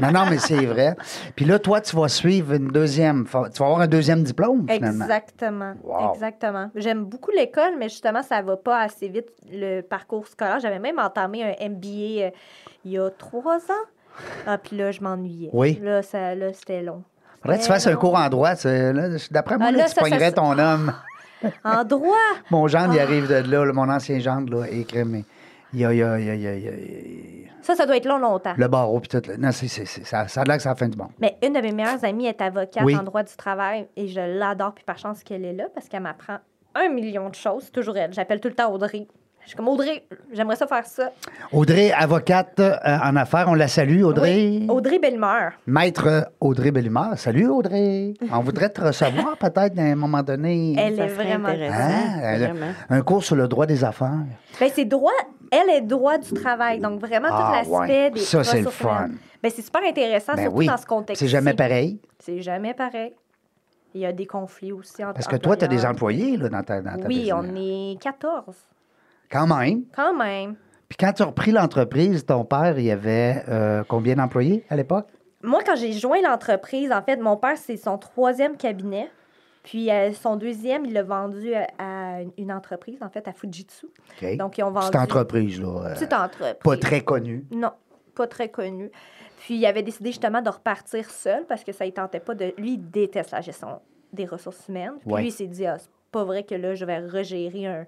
[SPEAKER 2] Non, non, mais c'est vrai. Puis là, toi, tu vas suivre une deuxième. fa- Tu vas avoir un deuxième diplôme, finalement.
[SPEAKER 4] Exactement.
[SPEAKER 2] Wow.
[SPEAKER 4] Exactement. J'aime beaucoup l'école, mais justement, ça va pas assez vite, le parcours scolaire. J'avais même entamé un MBA euh, il y a trois ans. Ah, puis là, je m'ennuyais.
[SPEAKER 2] Oui.
[SPEAKER 4] Là, ça, là c'était long.
[SPEAKER 2] Faudrait que tu fasses un
[SPEAKER 4] non.
[SPEAKER 2] cours en droit. tu- là, D'après moi,
[SPEAKER 4] Ah,
[SPEAKER 2] là,
[SPEAKER 4] là,
[SPEAKER 2] tu
[SPEAKER 4] ça, ça,
[SPEAKER 2] pognerais
[SPEAKER 4] ça-
[SPEAKER 2] ton homme.
[SPEAKER 4] En droit,
[SPEAKER 2] Mon gendre, il
[SPEAKER 4] Ah.
[SPEAKER 2] arrive de là, là, mon ancien gendre, là, écrit, mais il y a, il y a- il y a- il y a- il y a-
[SPEAKER 4] ça, ça doit être long, longtemps.
[SPEAKER 2] le barreau, puis tout. là. Non, c'est, c'est- c'est- ça, ça a l'air que c'est la fin du monde.
[SPEAKER 4] Mais une de mes meilleures amies est avocate
[SPEAKER 2] Oui.
[SPEAKER 4] en droit du travail et je l'adore. Puis par chance qu'elle est là parce qu'elle m'apprend un million de choses. C'est toujours elle. J'appelle tout le temps Audrey. Je suis comme Audrey, j'aimerais ça faire ça.
[SPEAKER 2] Audrey, avocate euh, en affaires, on la salue, Audrey.
[SPEAKER 4] Oui, Audrey Bellemeur.
[SPEAKER 2] Maître euh, Audrey Bellumeur. Salut, Audrey. On voudrait te recevoir peut-être à un moment donné.
[SPEAKER 4] Elle
[SPEAKER 3] Ça
[SPEAKER 4] est
[SPEAKER 3] serait
[SPEAKER 4] vraiment.
[SPEAKER 3] intéressant,
[SPEAKER 2] Hein? Elle-
[SPEAKER 3] vraiment.
[SPEAKER 2] Un cours sur le droit des affaires.
[SPEAKER 4] Ben, c'est droit. Elle est droit du travail. Donc vraiment
[SPEAKER 2] Ah,
[SPEAKER 4] tout
[SPEAKER 2] ouais.
[SPEAKER 4] l'aspect des.
[SPEAKER 2] Ça, c'est le
[SPEAKER 4] ressources
[SPEAKER 2] fun.
[SPEAKER 4] humaines. Ben, c'est super intéressant,
[SPEAKER 2] Ben
[SPEAKER 4] surtout
[SPEAKER 2] oui.
[SPEAKER 4] dans ce contexte.
[SPEAKER 2] C'est jamais pareil.
[SPEAKER 4] C'est jamais pareil. Il y a des conflits aussi entre.
[SPEAKER 2] Parce que toi, tu as des
[SPEAKER 4] employeurs.
[SPEAKER 2] employés là, dans ta, dans ta
[SPEAKER 4] Ah, Oui,
[SPEAKER 2] business.
[SPEAKER 4] on est 14.
[SPEAKER 2] Quand même.
[SPEAKER 4] Quand même.
[SPEAKER 2] Puis quand tu as repris l'entreprise, ton père, il y avait euh, combien d'employés à l'époque?
[SPEAKER 4] Moi, quand j'ai joint l'entreprise, en fait, mon père, c'est son troisième cabinet. Puis euh, son deuxième, il l'a vendu à, à une entreprise, en fait, à Fujitsu.
[SPEAKER 2] OK.
[SPEAKER 4] Donc, ils ont vendu.
[SPEAKER 2] Petite entreprise, là. euh,
[SPEAKER 4] Petite entreprise.
[SPEAKER 2] pas très connue.
[SPEAKER 4] Non, pas très connu. Puis il avait décidé justement de repartir seul parce que ça ne tentait pas de. Lui, il déteste la gestion des ressources humaines. Puis
[SPEAKER 2] Ouais.
[SPEAKER 4] lui, il s'est dit, ah, c'est pas vrai que là, je vais regérer un,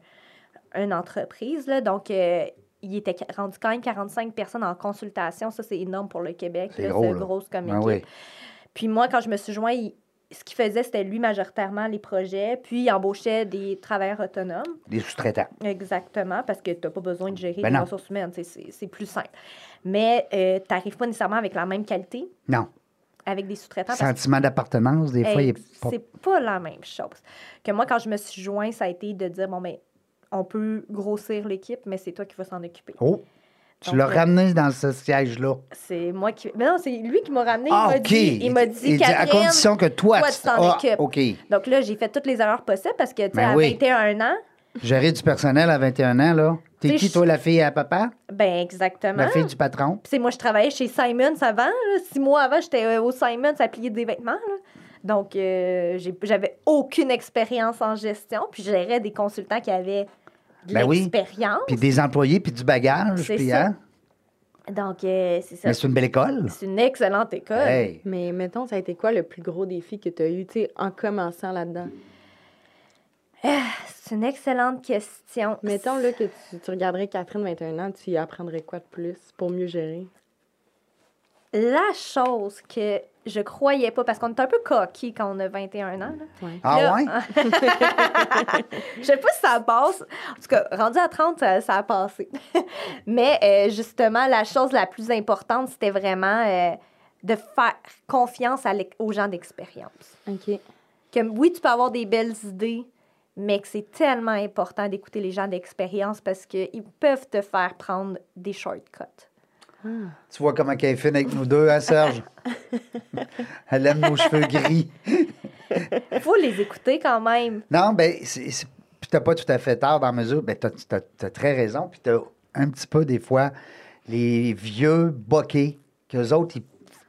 [SPEAKER 4] une entreprise. Là. Donc, euh, il était ca- rendu quand même 45 personnes en consultation. Ça, c'est énorme pour le Québec.
[SPEAKER 2] C'est
[SPEAKER 4] là,
[SPEAKER 2] gros,
[SPEAKER 4] c'est
[SPEAKER 2] là.
[SPEAKER 4] grosse comme
[SPEAKER 2] Ben
[SPEAKER 4] équipe.
[SPEAKER 2] oui.
[SPEAKER 4] Puis moi, quand je me suis joint, il- ce qu'il faisait, c'était lui majoritairement les projets. Puis il embauchait des travailleurs autonomes.
[SPEAKER 2] Des sous-traitants.
[SPEAKER 4] Exactement, parce que tu n'as pas besoin de gérer
[SPEAKER 2] Ben
[SPEAKER 4] les
[SPEAKER 2] non.
[SPEAKER 4] ressources humaines, tu sais, c'est c'est plus simple. Mais tu n'arrives pas nécessairement avec la même qualité,
[SPEAKER 2] Non.
[SPEAKER 4] avec des sous-traitants. parce que
[SPEAKER 2] Sentiment d'appartenance, des fois, il est pas-
[SPEAKER 4] c'est pas la même chose. Que moi, quand je me suis joint, ça a été de dire, bon, mais on peut grossir l'équipe, mais c'est toi qui vas s'en occuper.
[SPEAKER 2] Oh! Tu
[SPEAKER 4] Donc,
[SPEAKER 2] l'as
[SPEAKER 4] euh,
[SPEAKER 2] ramené dans ce siège-là.
[SPEAKER 4] C'est moi qui... Mais non, c'est lui qui m'a ramené.
[SPEAKER 2] Ah,
[SPEAKER 4] il m'a
[SPEAKER 2] OK.
[SPEAKER 4] dit, il m'a dit,
[SPEAKER 2] à
[SPEAKER 4] Catherine,
[SPEAKER 2] condition que toi,
[SPEAKER 4] toi, tu t'en
[SPEAKER 2] Ah,
[SPEAKER 4] occupes.
[SPEAKER 2] OK.
[SPEAKER 4] Donc là, j'ai fait toutes les erreurs possibles parce que, tu sais,
[SPEAKER 2] Ben
[SPEAKER 4] à
[SPEAKER 2] oui.
[SPEAKER 4] 21 ans,
[SPEAKER 2] Gérer du personnel à 21 ans, là. T'es
[SPEAKER 4] T'sais,
[SPEAKER 2] qui,
[SPEAKER 4] je-
[SPEAKER 2] toi, la fille à papa?
[SPEAKER 4] ben exactement.
[SPEAKER 2] La fille du patron?
[SPEAKER 4] Puis, tu sais, moi, je travaillais chez Simons avant. là. Six mois avant, j'étais euh, au Simons à plier des vêtements. là. Donc, euh, j'ai- j'avais aucune expérience en gestion. Puis, je gérais des consultants qui avaient de
[SPEAKER 2] Ben oui.
[SPEAKER 4] l'expérience.
[SPEAKER 2] Puis des employés, puis du bagage,
[SPEAKER 4] C'est
[SPEAKER 2] puis
[SPEAKER 4] ça.
[SPEAKER 2] hein?
[SPEAKER 4] Donc, euh, c'est ça.
[SPEAKER 2] Mais c'est une belle école.
[SPEAKER 4] C'est une excellente école.
[SPEAKER 2] Hey!
[SPEAKER 3] Mais mettons, ça a été quoi le plus gros défi que tu as eu, tu sais, en commençant là-dedans?
[SPEAKER 4] C'est une excellente question.
[SPEAKER 3] Mettons là, que tu, tu regarderais Catherine 21 ans, tu y apprendrais quoi de plus pour mieux gérer?
[SPEAKER 4] La chose que je croyais pas, parce qu'on est un peu coquille quand on a 21 ans. là.
[SPEAKER 2] Ah
[SPEAKER 4] Là,
[SPEAKER 2] ouais?
[SPEAKER 4] Je sais pas si ça passe. En tout cas, rendu à 30, ça, ça a passé. Mais euh, justement, la chose la plus importante, c'était vraiment euh, de faire confiance à l'ex- aux gens d'expérience.
[SPEAKER 3] OK.
[SPEAKER 4] Que oui, tu peux avoir des belles idées, mais que c'est tellement important d'écouter les gens d'expérience parce qu'ils peuvent te faire prendre des shortcuts.
[SPEAKER 2] Tu vois comment elle est fine avec nous deux, hein, Serge? Elle aime nos cheveux gris.
[SPEAKER 4] Il faut les écouter quand même.
[SPEAKER 2] Non, ben, c'est- c'est- puis t'as pas tout à fait tard dans la mesure, ben, t'as, t'as- t'as très raison, puis t'as un petit peu des fois les vieux boqués, qu'eux autres, ils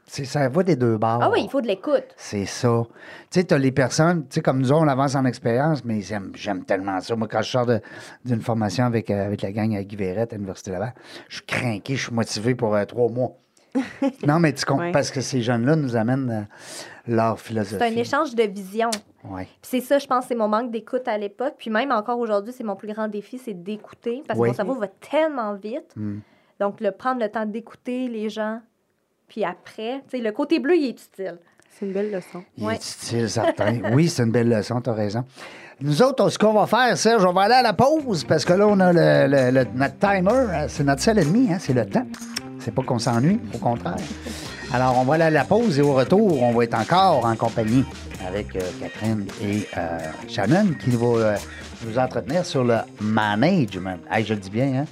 [SPEAKER 2] C'est ça va des deux bords.
[SPEAKER 4] Ah oui, il faut de l'écoute.
[SPEAKER 2] C'est ça. Tu sais, t'as les personnes, tu sais, comme nous, on avance en expérience, mais j'aime, j'aime tellement ça. Moi, quand je sors de- d'une formation avec, euh, avec la gang à Guy Verrette à l'Université Laval, je suis craqué, je suis motivé pour euh, trois mois. non, mais tu comprends,
[SPEAKER 3] Ouais.
[SPEAKER 2] parce que ces jeunes-là nous amènent euh, leur philosophie.
[SPEAKER 4] C'est un échange de vision.
[SPEAKER 2] Ouais.
[SPEAKER 4] Puis c'est ça, je pense, c'est mon manque d'écoute à l'époque. Puis même encore aujourd'hui, c'est mon plus grand défi, c'est d'écouter parce
[SPEAKER 2] Oui.
[SPEAKER 4] que mon cerveau va tellement vite.
[SPEAKER 2] Mm.
[SPEAKER 4] Donc, le prendre le temps d'écouter les gens. Puis après, tu sais, le côté bleu, il est utile.
[SPEAKER 3] C'est une belle leçon.
[SPEAKER 2] Il
[SPEAKER 4] Ouais.
[SPEAKER 2] est utile, certain. Oui, c'est une belle leçon, t'as raison. Nous autres, ce qu'on va faire, Serge, on va aller à la pause parce que là, on a le, le- le- notre timer. hein, C'est notre seul ennemi, hein, c'est le temps. C'est pas qu'on s'ennuie, au contraire. Alors, on va aller à la pause et au retour, on va être encore en compagnie avec euh, Catherine et euh, Shannon qui vont euh, nous entretenir sur le management. Hey, je le dis bien,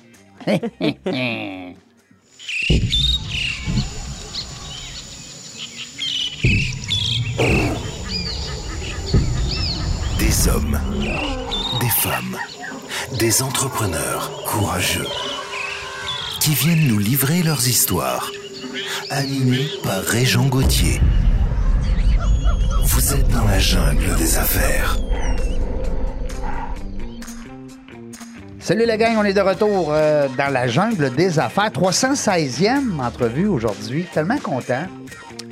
[SPEAKER 2] hein?
[SPEAKER 1] Des hommes, des femmes, des entrepreneurs courageux qui viennent nous livrer leurs histoires. Animés par Régent Gauthier. Vous êtes dans la jungle des affaires.
[SPEAKER 2] Salut la gang, on est de retour euh, dans la jungle des affaires. 316e entrevue aujourd'hui. Tellement content.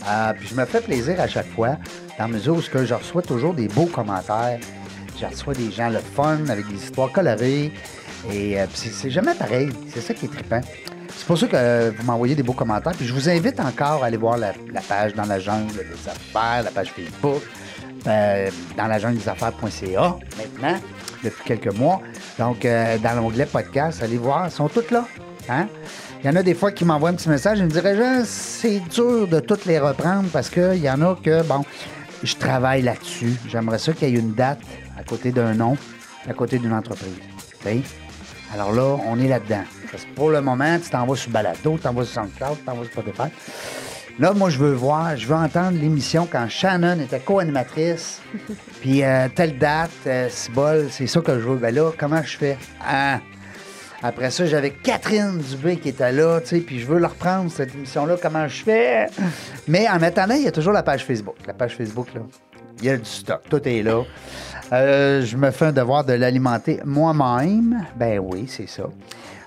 [SPEAKER 2] Euh, puis je me fais plaisir à chaque fois, dans la mesure où ce que je reçois toujours des beaux commentaires. Je reçois des gens le fun, avec des histoires colorées. Et euh, puis c'est c'est jamais pareil. C'est ça qui est trippant. C'est pour ça que euh, vous m'envoyez des beaux commentaires. Puis je vous invite encore à aller voir la, la page dans la jungle des affaires, la page Facebook, euh, dans la jungle des affaires.ca maintenant, depuis quelques mois. Donc, euh, dans l'onglet podcast, allez voir, elles sont toutes là. Hein? Il y en a des fois qui m'envoient un petit message et me disent Jean, c'est dur de toutes les reprendre parce qu'il y en a que, bon, je travaille là-dessus. J'aimerais ça qu'il y ait une date à côté d'un nom, à côté d'une entreprise. Tu sais? Alors là, on est là-dedans. Parce que pour le moment, tu t'en vas sur Balado, tu t'en vas sur SoundCloud, tu t'en vas sur Spotify. Là, moi, je veux voir, je veux entendre l'émission quand Shannon était co-animatrice. Puis euh, telle date, euh, c'est bol, c'est ça que je veux. Ben là, comment je fais? Ah. Après ça, j'avais Catherine Dubé qui était là, tu sais, puis je veux leur reprendre, cette émission-là, comment je fais? Mais en attendant, il y a toujours la page Facebook. La page Facebook, là, il y a du stock, tout est là. Euh, je me fais un devoir de l'alimenter moi-même. Ben oui, c'est ça.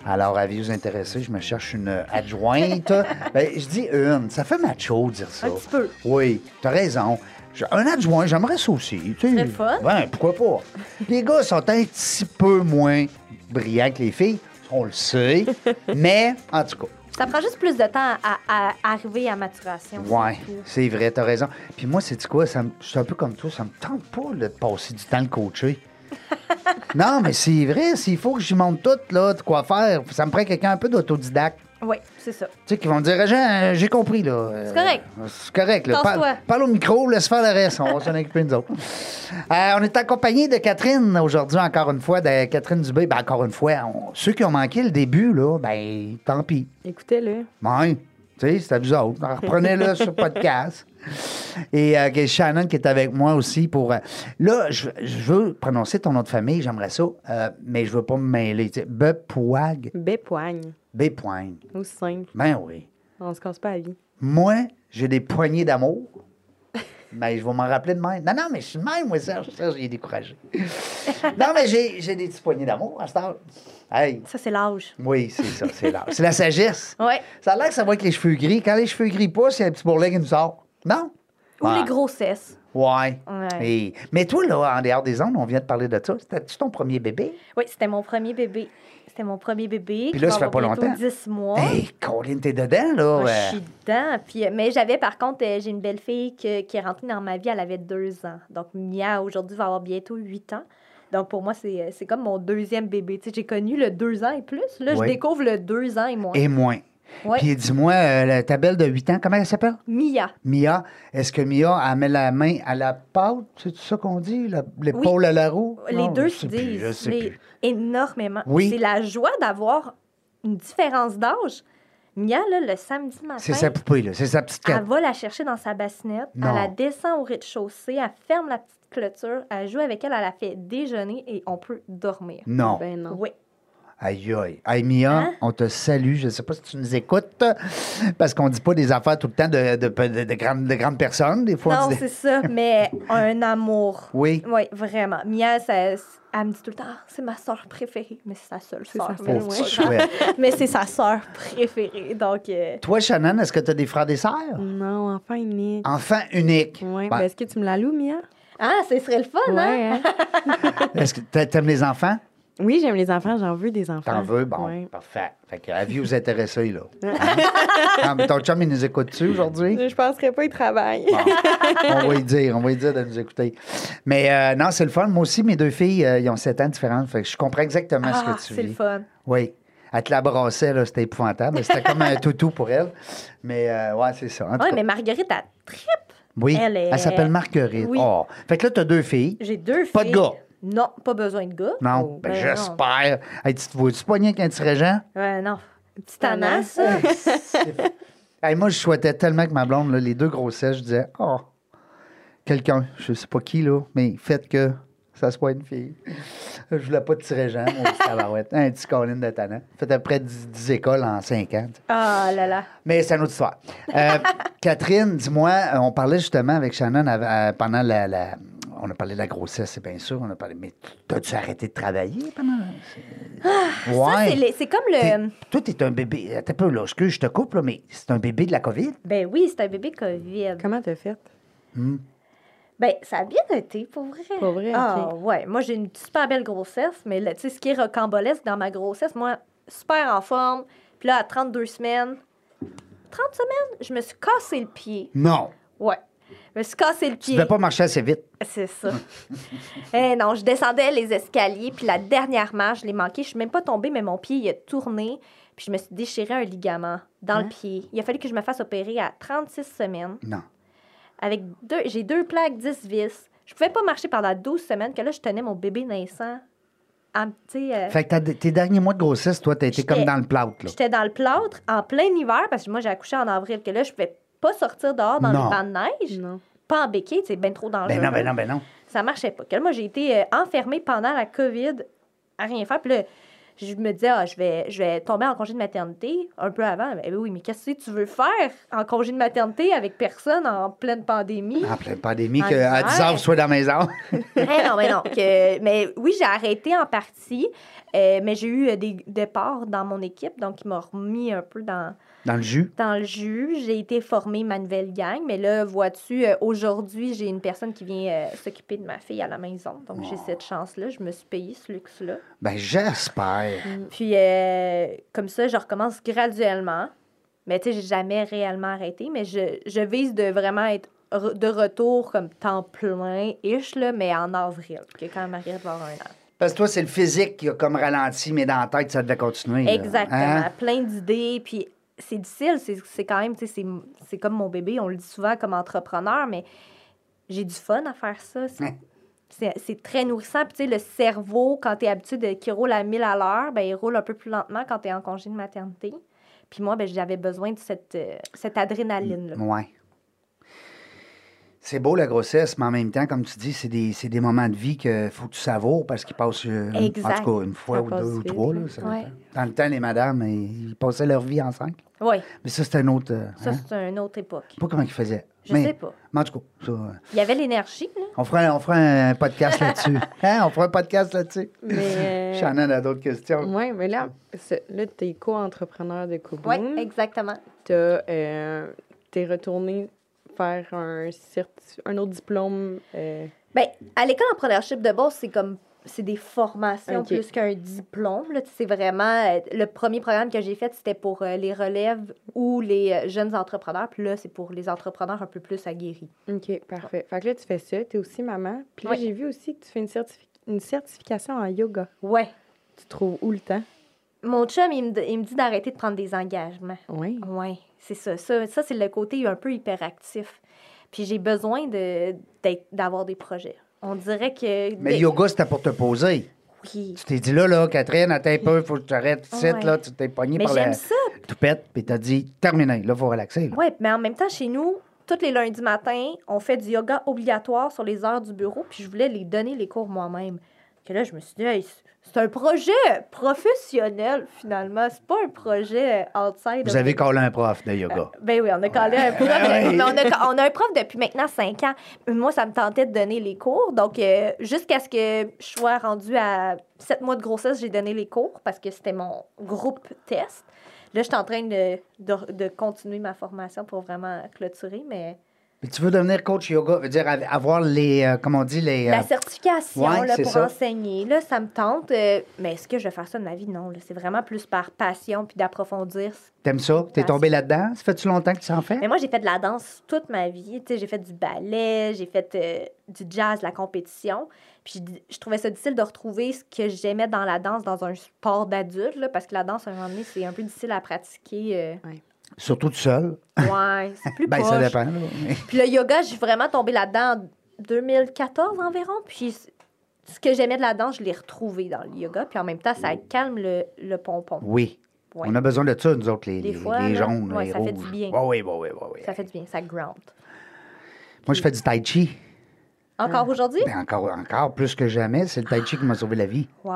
[SPEAKER 2] Alors, à vous intéressés, je me cherche une adjointe. ben, je dis une, ça fait macho dire ça.
[SPEAKER 4] Un petit peu.
[SPEAKER 2] Oui, t'as raison. J'ai- Un adjoint, j'aimerais ça aussi. Tu sais.
[SPEAKER 4] Très fun.
[SPEAKER 2] Ben, pourquoi pas? Les gars sont un petit peu moins brillants que les filles, on le sait. mais, en tout cas,
[SPEAKER 4] Ça prend juste plus de temps à, à arriver à maturation.
[SPEAKER 2] ouais,
[SPEAKER 4] c'est tout.
[SPEAKER 2] c'est vrai, t'as raison. Puis moi, c'est quoi? Ça me- je suis un peu comme toi, ça me tente pas là, de passer du temps le coacher. non, mais c'est vrai, s'il faut que j'y monte tout, là, de quoi faire, ça me prend quelqu'un un peu d'autodidacte.
[SPEAKER 4] Oui, c'est ça.
[SPEAKER 2] Tu sais, qui vont me dire, Régent, euh, j'ai compris, là. Euh,
[SPEAKER 4] C'est correct.
[SPEAKER 2] C'est correct, là.
[SPEAKER 4] Tasse-toi.
[SPEAKER 2] Parle, parle au micro, laisse faire le reste. On va s'en occuper, nous autres. Euh, on est accompagné de Catherine aujourd'hui, encore une fois, de Catherine Dubé. Ben, encore une fois, on- ceux qui ont manqué le début, là, ben, tant pis.
[SPEAKER 3] Écoutez-le.
[SPEAKER 2] Ouais. Tu sais, c'était vous autres. Alors, Reprenez-le sur podcast. Et euh, que Shannon qui est avec moi aussi pour. euh, là, je, je veux prononcer ton nom de famille, j'aimerais ça, euh, mais je veux pas me mêler. tu sais. Bepoag,
[SPEAKER 3] Bépoigne.
[SPEAKER 2] Bépoigne.
[SPEAKER 3] Ou simple.
[SPEAKER 2] Ben oui.
[SPEAKER 3] On se casse pas la vie.
[SPEAKER 2] Moi, j'ai des poignées d'amour. Mais je vais m'en rappeler de même. Non, non, mais je suis de même, moi, Serge. Serge, il est découragé. non, mais j'ai j'ai des petites poignées d'amour à ce temps. Hey.
[SPEAKER 4] Ça, c'est l'âge.
[SPEAKER 2] Oui, c'est ça, c'est là. C'est la sagesse.
[SPEAKER 4] Ouais.
[SPEAKER 2] Ça a l'air que ça va avec les cheveux gris. Quand les cheveux gris pas, c'est un petit bourrelet qui nous sort. Non?
[SPEAKER 4] Ou
[SPEAKER 2] Ouais.
[SPEAKER 4] les grossesses.
[SPEAKER 2] Ouais.
[SPEAKER 4] Ouais.
[SPEAKER 2] Et- Mais toi, là, en dehors des ondes, on vient de parler de ça. C'était-tu ton premier bébé?
[SPEAKER 4] Oui, c'était mon premier bébé. C'était mon premier bébé.
[SPEAKER 2] Puis là,
[SPEAKER 4] qui
[SPEAKER 2] ça
[SPEAKER 4] va
[SPEAKER 2] fait pas
[SPEAKER 4] avoir bientôt
[SPEAKER 2] longtemps.
[SPEAKER 4] 10 mois.
[SPEAKER 2] Hey, Colin, t'es dedans, là.
[SPEAKER 4] Moi,
[SPEAKER 2] Oh, ouais.
[SPEAKER 4] Ah, Je suis dedans. Puis, euh, mais j'avais, par contre, euh, j'ai une belle fille que- qui est rentrée dans ma vie, elle avait deux ans. Donc, Mia, aujourd'hui, va avoir bientôt huit ans. Donc, pour moi, c'est euh, c'est comme mon deuxième bébé. Tu sais, j'ai connu le deux ans et plus. Là,
[SPEAKER 2] Ouais.
[SPEAKER 4] je découvre le deux ans et moins.
[SPEAKER 2] Et moins.
[SPEAKER 4] Ouais.
[SPEAKER 2] Puis dis-moi, euh, la- ta belle de 8 ans, comment elle s'appelle?
[SPEAKER 4] Mia,
[SPEAKER 2] Mia, est-ce que Mia, elle met la main à la pâte? C'est ça qu'on dit? la- L'épaule à la roue?
[SPEAKER 4] les
[SPEAKER 2] Non, je
[SPEAKER 4] deux se
[SPEAKER 2] sais plus,
[SPEAKER 4] disent
[SPEAKER 2] je sais
[SPEAKER 4] mais
[SPEAKER 2] plus.
[SPEAKER 4] énormément.
[SPEAKER 2] Oui.
[SPEAKER 4] C'est la joie d'avoir une différence d'âge. Mia, là, le samedi matin,
[SPEAKER 2] C'est sa poupée, là. C'est sa petite
[SPEAKER 4] Elle
[SPEAKER 2] carte.
[SPEAKER 4] va la chercher dans sa bassinette,
[SPEAKER 2] Non.
[SPEAKER 4] elle la descend au rez-de-chaussée, elle ferme la petite clôture, elle joue avec elle, elle la fait déjeuner et on peut dormir.
[SPEAKER 2] Non.
[SPEAKER 3] Ben non.
[SPEAKER 4] Oui.
[SPEAKER 2] Aïe, aïe. Aïe, Mia,
[SPEAKER 4] Hein?
[SPEAKER 2] on te salue. Je ne sais pas si tu nous écoutes, parce qu'on ne dit pas des affaires tout le temps de, de, de- de grandes, de grandes personnes. Des fois, on
[SPEAKER 4] Non,
[SPEAKER 2] dit des-
[SPEAKER 4] c'est ça, mais un amour.
[SPEAKER 2] Oui.
[SPEAKER 4] Oui, vraiment. Mia, ça- elle me dit tout le temps, Ah, c'est ma soeur préférée, mais c'est sa seule
[SPEAKER 3] C'est
[SPEAKER 4] soeur.
[SPEAKER 3] sa
[SPEAKER 4] Mais,
[SPEAKER 2] Oh,
[SPEAKER 4] ouais.
[SPEAKER 2] c'est chouette.
[SPEAKER 4] Mais c'est sa soeur préférée, donc... euh,
[SPEAKER 2] Toi, Shannon, est-ce que tu as des frères et sœurs?
[SPEAKER 4] Mm.
[SPEAKER 3] Non, enfin unique.
[SPEAKER 2] Enfant unique.
[SPEAKER 3] Ouais,
[SPEAKER 2] Ben,
[SPEAKER 3] ben, est-ce que tu me la loues, Mia?
[SPEAKER 4] Ah, ce serait le fun, hein?
[SPEAKER 3] Ouais, hein?
[SPEAKER 2] Est-ce que t'a- t'aimes les enfants?
[SPEAKER 3] Oui, j'aime les enfants, j'en veux des enfants.
[SPEAKER 2] T'en veux? Bon,
[SPEAKER 3] Ouais.
[SPEAKER 2] parfait. Fait que, à vie, vous intéressez, là. Ah, mais ton chum, il nous écoute-tu aujourd'hui?
[SPEAKER 3] Je penserais pas, ils travaillent.
[SPEAKER 2] on va y dire, on va y dire de nous écouter. Mais euh, non, c'est le fun. Moi aussi, mes deux filles, euh, ils ont 7 ans différentes. Fait que je comprends exactement ce
[SPEAKER 4] Ah,
[SPEAKER 2] que tu
[SPEAKER 4] c'est
[SPEAKER 2] vis.
[SPEAKER 4] le fun.
[SPEAKER 2] Oui. Elle te la brassait, là, c'était épouvantable. C'était comme un toutou pour elle. Mais euh, ouais, c'est ça. En tout
[SPEAKER 4] Oui,
[SPEAKER 2] cas,
[SPEAKER 4] mais Marguerite, elle tripe.
[SPEAKER 2] oui, elle,
[SPEAKER 4] elle est-
[SPEAKER 2] s'appelle Marguerite.
[SPEAKER 4] Oui.
[SPEAKER 2] Oh. Fait que là, tu as deux filles.
[SPEAKER 4] J'ai deux filles.
[SPEAKER 2] Pas de gars.
[SPEAKER 4] Non, pas besoin de gars.
[SPEAKER 2] Non,
[SPEAKER 4] Oh,
[SPEAKER 2] ben,
[SPEAKER 4] ben non.
[SPEAKER 2] j'espère. Hey, tu te vois-tu poigner avec un petit régent?
[SPEAKER 4] Ouais, non. Un petit
[SPEAKER 3] Ah, non.
[SPEAKER 4] ananas, ça.
[SPEAKER 2] Hey, moi, je souhaitais tellement que ma blonde, là, les deux grossesses, je disais, oh, quelqu'un, je sais pas qui, là, mais faites que ça soit une fille. Je voulais pas de petit régent, mon petit tabarouette. Un petit colline de talent. Fait à peu près 10, 10 écoles en 5 ans. tu sais.
[SPEAKER 4] Ah là là.
[SPEAKER 2] Mais c'est une autre histoire. Euh, Catherine, dis-moi, euh, on parlait justement avec Shannon av- euh, pendant la, la- On a parlé de la grossesse, c'est bien sûr. On a parlé. Mais t'as-tu arrêté de travailler pendant. c'est-
[SPEAKER 4] Ah, Ça,
[SPEAKER 2] Ouais.
[SPEAKER 4] c'est les- euh, c'est comme le.
[SPEAKER 2] T'es- Toi, t'es un bébé. T'es peu, là. Excuse, je te coupe, là, mais c'est un bébé de la COVID.
[SPEAKER 4] Ben oui, c'est un bébé COVID.
[SPEAKER 3] Comment t'as fait?
[SPEAKER 4] Ben, ça a bien été, pour vrai.
[SPEAKER 3] Pour vrai,
[SPEAKER 4] Ah,
[SPEAKER 3] ok.
[SPEAKER 4] ouais. Moi, j'ai une super belle grossesse, mais là, tu sais, ce qui est rocambolesque dans ma grossesse, moi, super en forme. Puis là, à 32 semaines, 30 semaines, je me suis cassé le pied.
[SPEAKER 2] Non.
[SPEAKER 4] Ouais. Je me suis cassé le
[SPEAKER 2] Tu
[SPEAKER 4] pied.
[SPEAKER 2] devais pas marcher assez vite.
[SPEAKER 4] C'est ça. Eh non, je descendais les escaliers, puis la dernière marche, je l'ai manqué. Je suis même pas tombée, mais mon pied, il a tourné, puis je me suis déchiré un ligament dans
[SPEAKER 3] Hein?
[SPEAKER 4] le pied. Il a fallu que je me fasse opérer à 36 semaines.
[SPEAKER 2] Non.
[SPEAKER 4] Avec deux, j'ai deux plaques, 10 vis. Je pouvais pas marcher pendant 12 semaines, que là, je tenais mon bébé naissant. à- tu sais, euh,
[SPEAKER 2] Fait que t'as- tes derniers mois de grossesse, toi, t'as été
[SPEAKER 4] J'étais-
[SPEAKER 2] comme dans le plâtre, là.
[SPEAKER 4] J'étais dans le plâtre en plein hiver, parce que moi, j'ai accouché en avril, que là, je pouvais pas sortir dehors dans
[SPEAKER 2] Non.
[SPEAKER 4] les bancs de neige,
[SPEAKER 3] Non.
[SPEAKER 4] pas en béquille, c'est bien trop dangereux.
[SPEAKER 2] Ben non, ben non, ben non.
[SPEAKER 4] ça marchait pas. Que là, moi, j'ai été euh, enfermée pendant la COVID à rien faire. Puis là, je me disais, ah, je, vais, je vais tomber en congé de maternité un peu avant. Mais oui, mais qu'est-ce que tu veux faire en congé de maternité avec personne en pleine pandémie?
[SPEAKER 2] En pleine pandémie,
[SPEAKER 4] En
[SPEAKER 2] que à
[SPEAKER 4] hiver.
[SPEAKER 2] 10 heures, soit dans mes heures.
[SPEAKER 4] Eh non, mais non. que- mais oui, j'ai arrêté en partie, euh, mais j'ai eu euh, des départs dans mon équipe, donc ils m'ont remis un peu dans,
[SPEAKER 2] dans le jus.
[SPEAKER 4] dans le jus. J'ai été formée ma nouvelle gang, mais là, vois-tu, euh, aujourd'hui, j'ai une personne qui vient euh, s'occuper de ma fille à la maison. Donc, j'ai cette chance-là. Je me suis payée ce luxe-là.
[SPEAKER 2] Ben, j'espère.
[SPEAKER 4] Puis, euh, comme ça, je recommence graduellement. Mais tu sais, j'ai jamais réellement arrêté. Mais je, je vise de vraiment être re- de retour comme temps plein-ish, là, mais en avril, que quand Marie va avoir un an.
[SPEAKER 2] Parce que toi, c'est le physique qui a comme ralenti, mais dans la tête, ça devait continuer. là.
[SPEAKER 4] Exactement.
[SPEAKER 2] Hein?
[SPEAKER 4] Plein d'idées. Puis c'est difficile. C'est c'est quand même, tu sais, c'est- c'est comme mon bébé. On le dit souvent comme entrepreneur, mais j'ai du fun à faire ça. C'est-
[SPEAKER 2] Ouais.
[SPEAKER 4] c'est- C'est très nourrissant. Puis tu sais, le cerveau, quand tu es habitué de- qu'il roule à 1000 à l'heure, ben, il roule un peu plus lentement quand tu es en congé de maternité. Puis moi, ben, j'avais besoin de cette, euh, cette adrénaline-là.
[SPEAKER 2] Ouais. C'est beau la grossesse, mais en même temps, comme tu dis, c'est des, c'est des moments de vie qu'il faut que tu savoures parce qu'ils passent, euh,
[SPEAKER 4] Exact.
[SPEAKER 2] en tout cas, une fois
[SPEAKER 3] Ça
[SPEAKER 2] ou
[SPEAKER 3] passe
[SPEAKER 2] deux ou
[SPEAKER 3] vite,
[SPEAKER 2] trois.
[SPEAKER 3] là.
[SPEAKER 2] là, ça
[SPEAKER 4] Ouais.
[SPEAKER 2] dépend. Dans le temps, les madames, ils passaient leur vie ensemble.
[SPEAKER 4] Oui,
[SPEAKER 2] Mais ça, c'est un autre. euh,
[SPEAKER 4] ça,
[SPEAKER 2] hein?
[SPEAKER 4] c'est une autre époque.
[SPEAKER 2] Je sais pas comment ils faisaient.
[SPEAKER 4] Je
[SPEAKER 2] mais,
[SPEAKER 4] sais pas.
[SPEAKER 2] mais en tout cas, ça, euh,
[SPEAKER 4] Il y avait l'énergie, là.
[SPEAKER 2] on, fera, un- on fera un podcast là-dessus. Hein? On fera un podcast là-dessus.
[SPEAKER 3] Mais. euh,
[SPEAKER 2] Shannon a d'autres questions.
[SPEAKER 4] Mm.
[SPEAKER 3] ouais, mais là, ce- là t'es co-entrepreneur de Kobo.
[SPEAKER 4] Oui, exactement.
[SPEAKER 3] T'as, euh, t'es retourné faire un, certi- un autre diplôme. euh,
[SPEAKER 4] Ben, à l'école entrepreneurship de base, c'est comme c'est des formations
[SPEAKER 3] Ok.
[SPEAKER 4] plus qu'un diplôme. là. Tu sais, C'est vraiment euh, le premier programme que j'ai fait, c'était pour euh, les relèves ou les euh, jeunes entrepreneurs. Puis là, c'est pour les entrepreneurs un peu plus aguerris.
[SPEAKER 3] OK, parfait. Fait que là, tu fais ça. T'es aussi maman. Puis là,
[SPEAKER 4] Ouais.
[SPEAKER 3] j'ai vu aussi que tu fais une, certifi- une certification en yoga.
[SPEAKER 4] Ouais.
[SPEAKER 3] Tu trouves où le temps?
[SPEAKER 4] Mon chum, il me, d- il me dit d'arrêter de prendre des engagements.
[SPEAKER 3] Oui.
[SPEAKER 4] Ouais, c'est ça. Ça, ça c'est le côté un peu hyperactif. Puis j'ai besoin de d'être- d'avoir des projets. On dirait que
[SPEAKER 2] Mais
[SPEAKER 4] dès-
[SPEAKER 2] le yoga, c'était pour te poser.
[SPEAKER 4] oui.
[SPEAKER 2] Tu t'es dit là, là, Catherine, attends un peu, faut que tu t'arrêtes ici,
[SPEAKER 4] Ouais.
[SPEAKER 2] là, tu t'es pogné
[SPEAKER 4] Mais
[SPEAKER 2] par
[SPEAKER 4] j'aime
[SPEAKER 2] la
[SPEAKER 4] ça.
[SPEAKER 2] toupette, puis t'as dit, terminé, là, faut relaxer. là.
[SPEAKER 4] Oui, mais en même temps, chez nous, tous les lundis matins, on fait du yoga obligatoire sur les heures du bureau, puis je voulais les donner les cours moi-même. Que là, je me suis dit, Hey, c'est- c'est un projet professionnel, finalement. C'est pas un projet euh, outside.
[SPEAKER 2] Vous
[SPEAKER 4] of-
[SPEAKER 2] avez collé un prof de yoga.
[SPEAKER 4] Ben oui, on a collé un prof.
[SPEAKER 2] Ouais.
[SPEAKER 4] mais on, a, on a un prof depuis maintenant cinq ans. Moi, ça me tentait de donner les cours. Donc, euh, jusqu'à ce que je sois rendue à sept mois de grossesse, j'ai donné les cours parce que c'était mon groupe test. Là, je suis en train de, de, de continuer ma formation pour vraiment clôturer, mais
[SPEAKER 2] Mais tu veux devenir coach yoga, veut dire av- avoir les, euh, comment on dit, les... euh,
[SPEAKER 4] la certification
[SPEAKER 2] Ouais,
[SPEAKER 4] là,
[SPEAKER 2] c'est
[SPEAKER 4] pour
[SPEAKER 2] ça.
[SPEAKER 4] enseigner, là, ça me tente. euh, mais est-ce que je vais faire ça de ma vie? Non, là, c'est vraiment plus par passion puis d'approfondir
[SPEAKER 2] T'aimes ça? T'es
[SPEAKER 4] Parce-
[SPEAKER 2] tombé là-dedans? Ça fait-tu longtemps que tu en fais?
[SPEAKER 4] Mais moi, j'ai fait de la danse toute ma vie. Tu sais, j'ai fait du ballet, j'ai fait euh, du jazz, la compétition. Puis je trouvais ça difficile de retrouver ce que j'aimais dans la danse dans un sport d'adulte, là, parce que la danse, à un moment donné, c'est un peu difficile à pratiquer. euh.
[SPEAKER 2] Surtout tout seul?
[SPEAKER 4] Ouais, c'est plus
[SPEAKER 2] Ben, ça
[SPEAKER 4] poche.
[SPEAKER 2] dépend. là. Mais-
[SPEAKER 4] Puis le yoga, j'ai vraiment tombé là-dedans en 2014 environ. Puis c- ce que j'aimais de la danse, je l'ai retrouvé dans le yoga. Puis en même temps, ça calme le, le pompon.
[SPEAKER 2] Oui.
[SPEAKER 4] Ouais.
[SPEAKER 2] On a besoin de ça, nous autres, les,
[SPEAKER 4] Des
[SPEAKER 2] les-
[SPEAKER 4] fois,
[SPEAKER 2] les
[SPEAKER 4] là,
[SPEAKER 2] jaunes,
[SPEAKER 4] ouais,
[SPEAKER 2] les
[SPEAKER 4] ça fait du
[SPEAKER 2] rouges.
[SPEAKER 4] bien.
[SPEAKER 2] Oui, oui, oui, oui. oui.
[SPEAKER 4] Ça fait du bien, ça ground.
[SPEAKER 2] Moi, je fais du tai chi.
[SPEAKER 4] Encore aujourd'hui?
[SPEAKER 2] Ben, encore, encore plus que jamais. C'est le tai chi qui m'a sauvé la vie.
[SPEAKER 4] Wow!